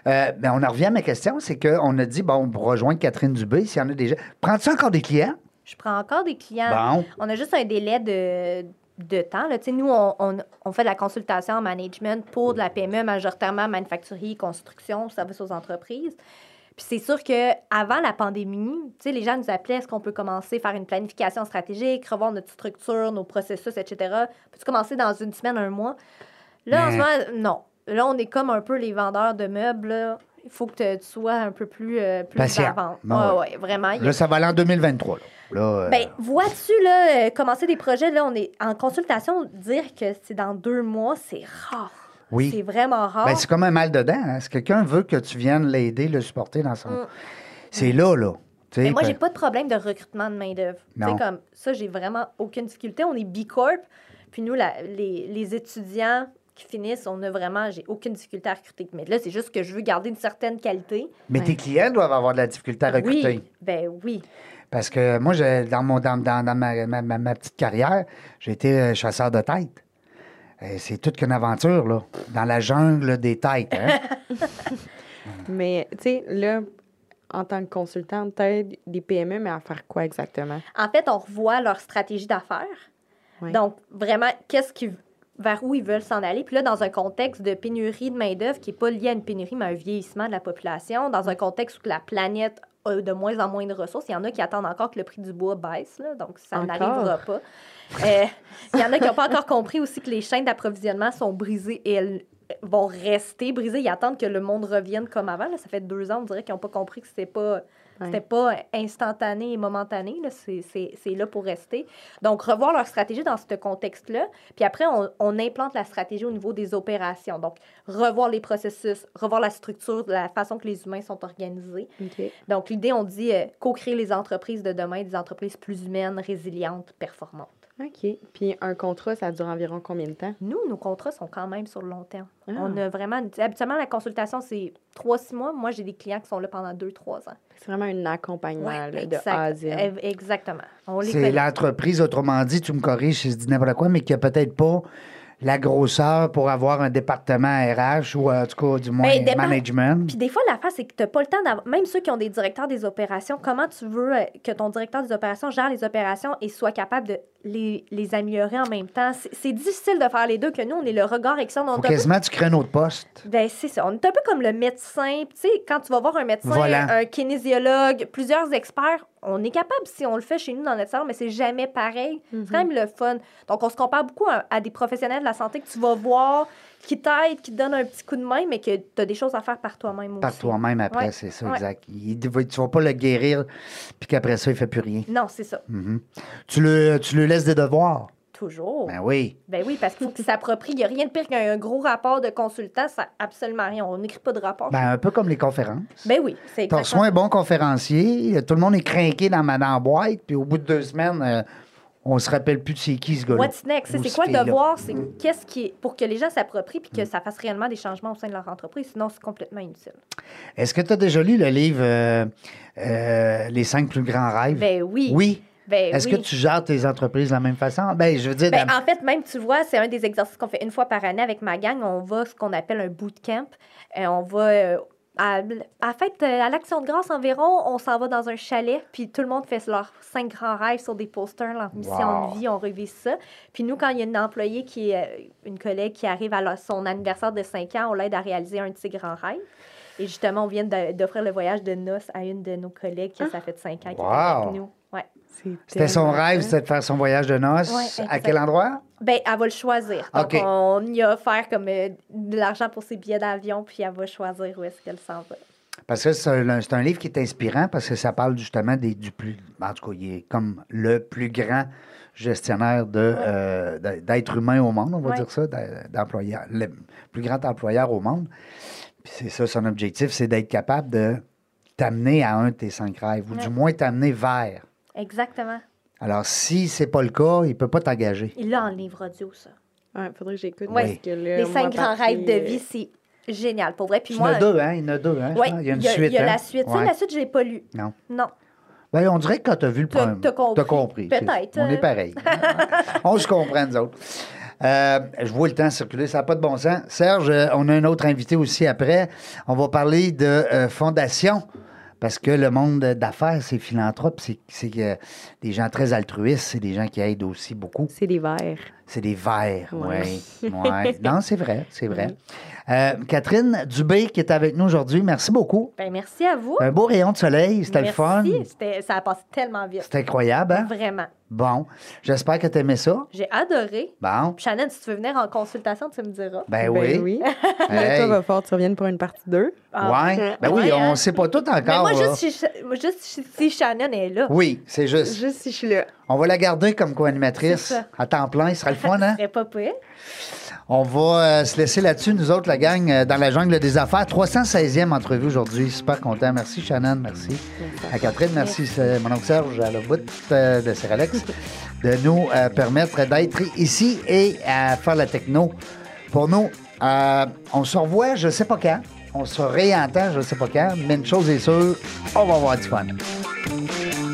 [SPEAKER 2] que, euh, ben, on en revient à ma question, c'est qu'on a dit, bon, pour rejoindre Catherine Dubé, s'il y en a déjà. Prends-tu encore des clients?
[SPEAKER 4] Je prends encore des clients.
[SPEAKER 2] Bon.
[SPEAKER 4] On a juste un délai de, de temps. Là. Tu sais, Nous, on, on- on fait de la consultation en management pour de la PME, majoritairement manufacturier, construction, service aux entreprises. Puis c'est sûr que avant la pandémie, tu sais, les gens nous appelaient, est-ce qu'on peut commencer à faire une planification stratégique, revoir notre structure, nos processus, etc. Peux-tu commencer dans une semaine, un mois? Là, en ce moment, non. Là, on est comme un peu les vendeurs de meubles. là. Il faut que te- tu sois un peu plus, euh, plus
[SPEAKER 2] Patient.
[SPEAKER 4] avant.
[SPEAKER 2] Bon,
[SPEAKER 4] Ouais,
[SPEAKER 2] ouais.
[SPEAKER 4] ouais, vraiment. Il y a
[SPEAKER 2] Là, ça va aller en 2023. Là. Là, euh,
[SPEAKER 4] ben, vois-tu, là, euh, commencer des projets, là, on est en consultation, dire que c'est dans deux mois, c'est rare.
[SPEAKER 2] Oui.
[SPEAKER 4] C'est vraiment rare.
[SPEAKER 2] Ben, c'est comme un mal dedans. Hein? Si quelqu'un veut que tu viennes l'aider, le supporter dans son.
[SPEAKER 4] Mm.
[SPEAKER 2] C'est là, là. Tu sais,
[SPEAKER 4] Mais moi,
[SPEAKER 2] ben,
[SPEAKER 4] j'ai pas de problème de recrutement de main-d'œuvre. Tu
[SPEAKER 2] Non.
[SPEAKER 4] sais, comme ça, j'ai vraiment aucune difficulté. On est B-Corp, puis nous, la- les, les étudiants qui finissent, on a vraiment, j'ai aucune difficulté à recruter. Mais là, c'est juste que je veux garder une certaine qualité.
[SPEAKER 2] Mais tes clients doivent avoir de la difficulté à recruter.
[SPEAKER 4] Oui, ben oui.
[SPEAKER 2] Parce que moi, j'ai- dans, mon, dans, dans- dans ma, ma- ma- ma petite carrière, j'ai été euh, chasseur de têtes. Et C'est toute qu'une aventure, là, dans la jungle des têtes. hein.
[SPEAKER 3] Mais, tu sais, là, en tant que consultante, t'aides des PME, mais à faire quoi exactement?
[SPEAKER 4] En fait, on revoit leur stratégie d'affaires.
[SPEAKER 3] Oui.
[SPEAKER 4] Donc, vraiment, qu'est-ce qui, vers où ils veulent s'en aller. Puis là, dans un contexte de pénurie de main-d'œuvre qui n'est pas lié à une pénurie, mais à un vieillissement de la population, dans un contexte où la planète a de moins en moins de ressources, il y en a qui attendent encore que le prix du bois baisse, là, donc ça
[SPEAKER 3] Encore?
[SPEAKER 4] n'arrivera pas. Euh, il y en a qui n'ont pas encore compris aussi que les chaînes d'approvisionnement sont brisées et elles euh, vont rester brisées. Ils attendent que le monde revienne comme avant. Là, ça fait deux ans, on dirait qu'ils n'ont pas compris que c'était pas c'était pas instantané et momentané. là. C'est- C'est c'est là pour rester. Donc, revoir leur stratégie dans ce contexte-là. Puis après, on, on implante la stratégie au niveau des opérations. Donc, revoir les processus, revoir la structure, la façon que les humains sont organisés.
[SPEAKER 3] OK.
[SPEAKER 4] Donc, l'idée, on dit euh, co-créer les entreprises de demain, des entreprises plus humaines, résilientes, performantes.
[SPEAKER 3] OK. Puis un contrat, ça dure environ combien de temps?
[SPEAKER 4] Nous, nos contrats sont quand même sur le long terme.
[SPEAKER 3] Ah.
[SPEAKER 4] On a vraiment... Habituellement, la consultation, c'est 3-6 mois. Moi, j'ai des clients qui sont là pendant 2-3 ans.
[SPEAKER 3] C'est vraiment un accompagnement
[SPEAKER 4] Ouais,
[SPEAKER 3] là, de
[SPEAKER 4] exact. Euh,
[SPEAKER 3] A à Z.
[SPEAKER 4] Ev- Exactement. On les
[SPEAKER 2] C'est
[SPEAKER 4] connaît.
[SPEAKER 2] l'entreprise, autrement dit, tu me corriges si je dis n'importe quoi, mais qui a peut-être pas la grosseur pour avoir un département RH ou, en tout cas, du moins,
[SPEAKER 4] Ben, dépend-
[SPEAKER 2] management.
[SPEAKER 4] Puis des fois, l'affaire, c'est que tu pas le temps d'avoir. Même ceux qui ont des directeurs des opérations, comment tu veux euh, que ton directeur des opérations gère les opérations et soit capable de les, les améliorer en même temps? C'est- C'est difficile de faire les deux, que nous, on est le regard externe. On
[SPEAKER 2] Faut
[SPEAKER 4] est un peu-
[SPEAKER 2] quasiment tu crées un autre poste.
[SPEAKER 4] Ben, c'est ça. On est un peu comme le médecin. Puis, Tu sais, quand tu vas voir un médecin,
[SPEAKER 2] Voilà.
[SPEAKER 4] un kinésiologue, plusieurs experts, on est capable si on le fait chez nous dans notre salle, mais c'est jamais pareil. C'est quand même le fun. Donc, on se compare beaucoup à, à des professionnels de la santé que tu vas voir, qui t'aident, qui te donnent un petit coup de main, mais que tu as des choses à faire par toi-même
[SPEAKER 2] Par
[SPEAKER 4] aussi.
[SPEAKER 2] toi-même après,
[SPEAKER 4] Ouais.
[SPEAKER 2] c'est ça,
[SPEAKER 4] Ouais.
[SPEAKER 2] exact. Il- tu vas pas le guérir, puis qu'après ça, il fait plus rien.
[SPEAKER 4] Non, c'est ça.
[SPEAKER 2] Mhm. tu, le, tu le laisses des devoirs.
[SPEAKER 4] Toujours.
[SPEAKER 2] Ben oui.
[SPEAKER 4] Ben oui, parce qu'il faut qu'il s'approprie. Il n'y a rien de pire qu'un gros rapport de consultant. Ça, absolument rien. On n'écrit pas de rapport. Ben,
[SPEAKER 2] Ben, un peu comme les conférences.
[SPEAKER 4] oui, c'est
[SPEAKER 2] T'as
[SPEAKER 4] exactement
[SPEAKER 2] reçu un bon conférencier, tout le monde est craqué dans ma dans la boîte, puis au bout de deux semaines, euh, on se rappelle plus de c'est qui ce gars-là.
[SPEAKER 4] What's next?
[SPEAKER 2] Ou
[SPEAKER 4] C'est
[SPEAKER 2] ce
[SPEAKER 4] quoi le
[SPEAKER 2] fille-là.
[SPEAKER 4] devoir? C'est qu'est-ce qui est pour que les gens s'approprient
[SPEAKER 2] Mm.
[SPEAKER 4] puis que ça fasse réellement des changements au sein de leur entreprise. Sinon, c'est complètement inutile.
[SPEAKER 2] Est-ce que tu as déjà lu le livre euh, euh, Les cinq plus grands rêves?
[SPEAKER 4] Ben oui.
[SPEAKER 2] Mm. oui.
[SPEAKER 4] Ben
[SPEAKER 2] Est-ce
[SPEAKER 4] oui.
[SPEAKER 2] que tu gères tes entreprises de la même façon? Ben, je veux dire,
[SPEAKER 4] Ben,
[SPEAKER 2] dans-
[SPEAKER 4] en fait, même, tu vois, c'est un des exercices qu'on fait une fois par année avec ma gang. On va ce qu'on appelle un bootcamp. Euh, on va. euh, à, à fête, euh, à l'Action de grâce environ, on s'en va dans un chalet, puis tout le monde fait leurs cinq grands rêves sur des posters, leur mission
[SPEAKER 2] Wow.
[SPEAKER 4] de vie, on revise ça. Puis nous, quand il y a une employée qui est, euh, une collègue qui arrive à leur- son anniversaire de 5 ans, on l'aide à réaliser un de ses grands rêves. Et justement, on vient de- d'offrir le voyage de noces à une de nos collègues qui, ça fait cinq ans qu'elle est
[SPEAKER 2] Ah. Wow.
[SPEAKER 4] avec nous. Ouais.
[SPEAKER 2] C'était son
[SPEAKER 3] tellement
[SPEAKER 2] rêve,
[SPEAKER 3] ça.
[SPEAKER 2] c'était de faire son voyage de noces.
[SPEAKER 4] Ouais,
[SPEAKER 2] à
[SPEAKER 4] exact.
[SPEAKER 2] quel endroit?
[SPEAKER 4] Ben, elle va le choisir. Donc,
[SPEAKER 2] OK.
[SPEAKER 4] on y a offert comme euh, de l'argent pour ses billets d'avion, puis elle va choisir où est-ce qu'elle s'en va.
[SPEAKER 2] Parce que c'est un, c'est un livre qui est inspirant parce que ça parle justement des, du plus. En tout cas, il est comme le plus grand gestionnaire de, euh, d'- d'êtres humains au monde, on va
[SPEAKER 4] Ouais.
[SPEAKER 2] dire ça, d'a- d'employeur, le plus grand employeur au monde. Puis c'est ça, son objectif, c'est d'être capable de t'amener à un de tes cinq rêves, ou du
[SPEAKER 4] Ouais.
[SPEAKER 2] moins t'amener vers.
[SPEAKER 4] Exactement.
[SPEAKER 2] Alors, si c'est pas le cas, il peut pas t'engager.
[SPEAKER 4] Il l'a en livre audio, ça.
[SPEAKER 3] Ouais, faudrait que j'écoute.
[SPEAKER 2] Oui.
[SPEAKER 3] parce que là,
[SPEAKER 4] Les
[SPEAKER 3] moi,
[SPEAKER 4] cinq grands
[SPEAKER 3] parti,
[SPEAKER 4] rêves de
[SPEAKER 3] euh,
[SPEAKER 4] vie, c'est génial. Pour vrai, puis
[SPEAKER 2] Il y en
[SPEAKER 4] moi.
[SPEAKER 2] a deux, hein? Il y en a deux, hein? je
[SPEAKER 4] ouais,
[SPEAKER 2] pense.
[SPEAKER 4] il y a,
[SPEAKER 2] une suite.
[SPEAKER 4] il y a
[SPEAKER 2] hein?
[SPEAKER 4] la suite. Ça,
[SPEAKER 2] Ouais.
[SPEAKER 4] la suite, je l'ai pas lu.
[SPEAKER 2] Non.
[SPEAKER 4] Non.
[SPEAKER 2] Ben, on dirait que quand tu as vu le
[SPEAKER 4] T'as-
[SPEAKER 2] problème,
[SPEAKER 4] t'as compris.
[SPEAKER 2] t'as compris.
[SPEAKER 4] Peut-être,
[SPEAKER 2] C'est- On
[SPEAKER 4] euh.
[SPEAKER 2] est pareil. on se comprend, nous autres. Euh, je vois le temps circuler, ça n'a pas de bon sens. Serge, euh, on a un autre invité aussi après. On va parler de euh, fondation. Parce que le monde d'affaires, c'est philanthrope, c'est c'est, euh, des gens très altruistes, c'est des gens qui aident aussi beaucoup.
[SPEAKER 3] C'est des verres.
[SPEAKER 2] C'est des verts, oui.
[SPEAKER 3] Ouais.
[SPEAKER 2] Non, c'est vrai, c'est vrai. Euh, Catherine Dubé qui est avec nous aujourd'hui, merci beaucoup.
[SPEAKER 4] Ben, merci à vous.
[SPEAKER 2] Un beau rayon de soleil, c'était le
[SPEAKER 4] Merci.
[SPEAKER 2] fun.
[SPEAKER 4] C'était- Ça a passé tellement vite.
[SPEAKER 2] C'était incroyable, hein?
[SPEAKER 4] Vraiment.
[SPEAKER 2] Bon, j'espère que t'aimais ça.
[SPEAKER 4] J'ai adoré.
[SPEAKER 2] Bon,
[SPEAKER 4] Puis, Shannon, si tu veux venir en consultation, tu me diras.
[SPEAKER 2] ben, oui.
[SPEAKER 3] Ben oui. Là,
[SPEAKER 2] Hey.
[SPEAKER 3] toi, va falloir que tu reviennes pour une partie 2.
[SPEAKER 4] Ah.
[SPEAKER 2] Ouais. Ben oui,
[SPEAKER 4] Ouais,
[SPEAKER 2] on
[SPEAKER 4] hein.
[SPEAKER 2] sait pas tout encore.
[SPEAKER 4] Mais moi,
[SPEAKER 2] là.
[SPEAKER 4] juste, si- moi, juste si si Shannon est là,
[SPEAKER 2] Oui, c'est juste.
[SPEAKER 3] Juste si je suis là.
[SPEAKER 2] On va la garder comme co-animatrice
[SPEAKER 4] C'est ça.
[SPEAKER 2] à temps plein. Ce sera le fun,
[SPEAKER 4] ce
[SPEAKER 2] hein?
[SPEAKER 4] serait pas pire.
[SPEAKER 2] On va euh, se laisser là-dessus, nous autres, la gang, euh, dans la jungle des affaires. 316e entrevue aujourd'hui. Super content. Merci, Shannon. Merci. À Catherine, merci, c'est mon oncle Serge, à la bout euh, de Sir Alex, de nous euh, permettre d'être ici et à faire la techno pour nous. Euh, on se revoit, je sais pas quand. On se réentend, je sais pas quand. Mais une chose est sûre, on va avoir du fun.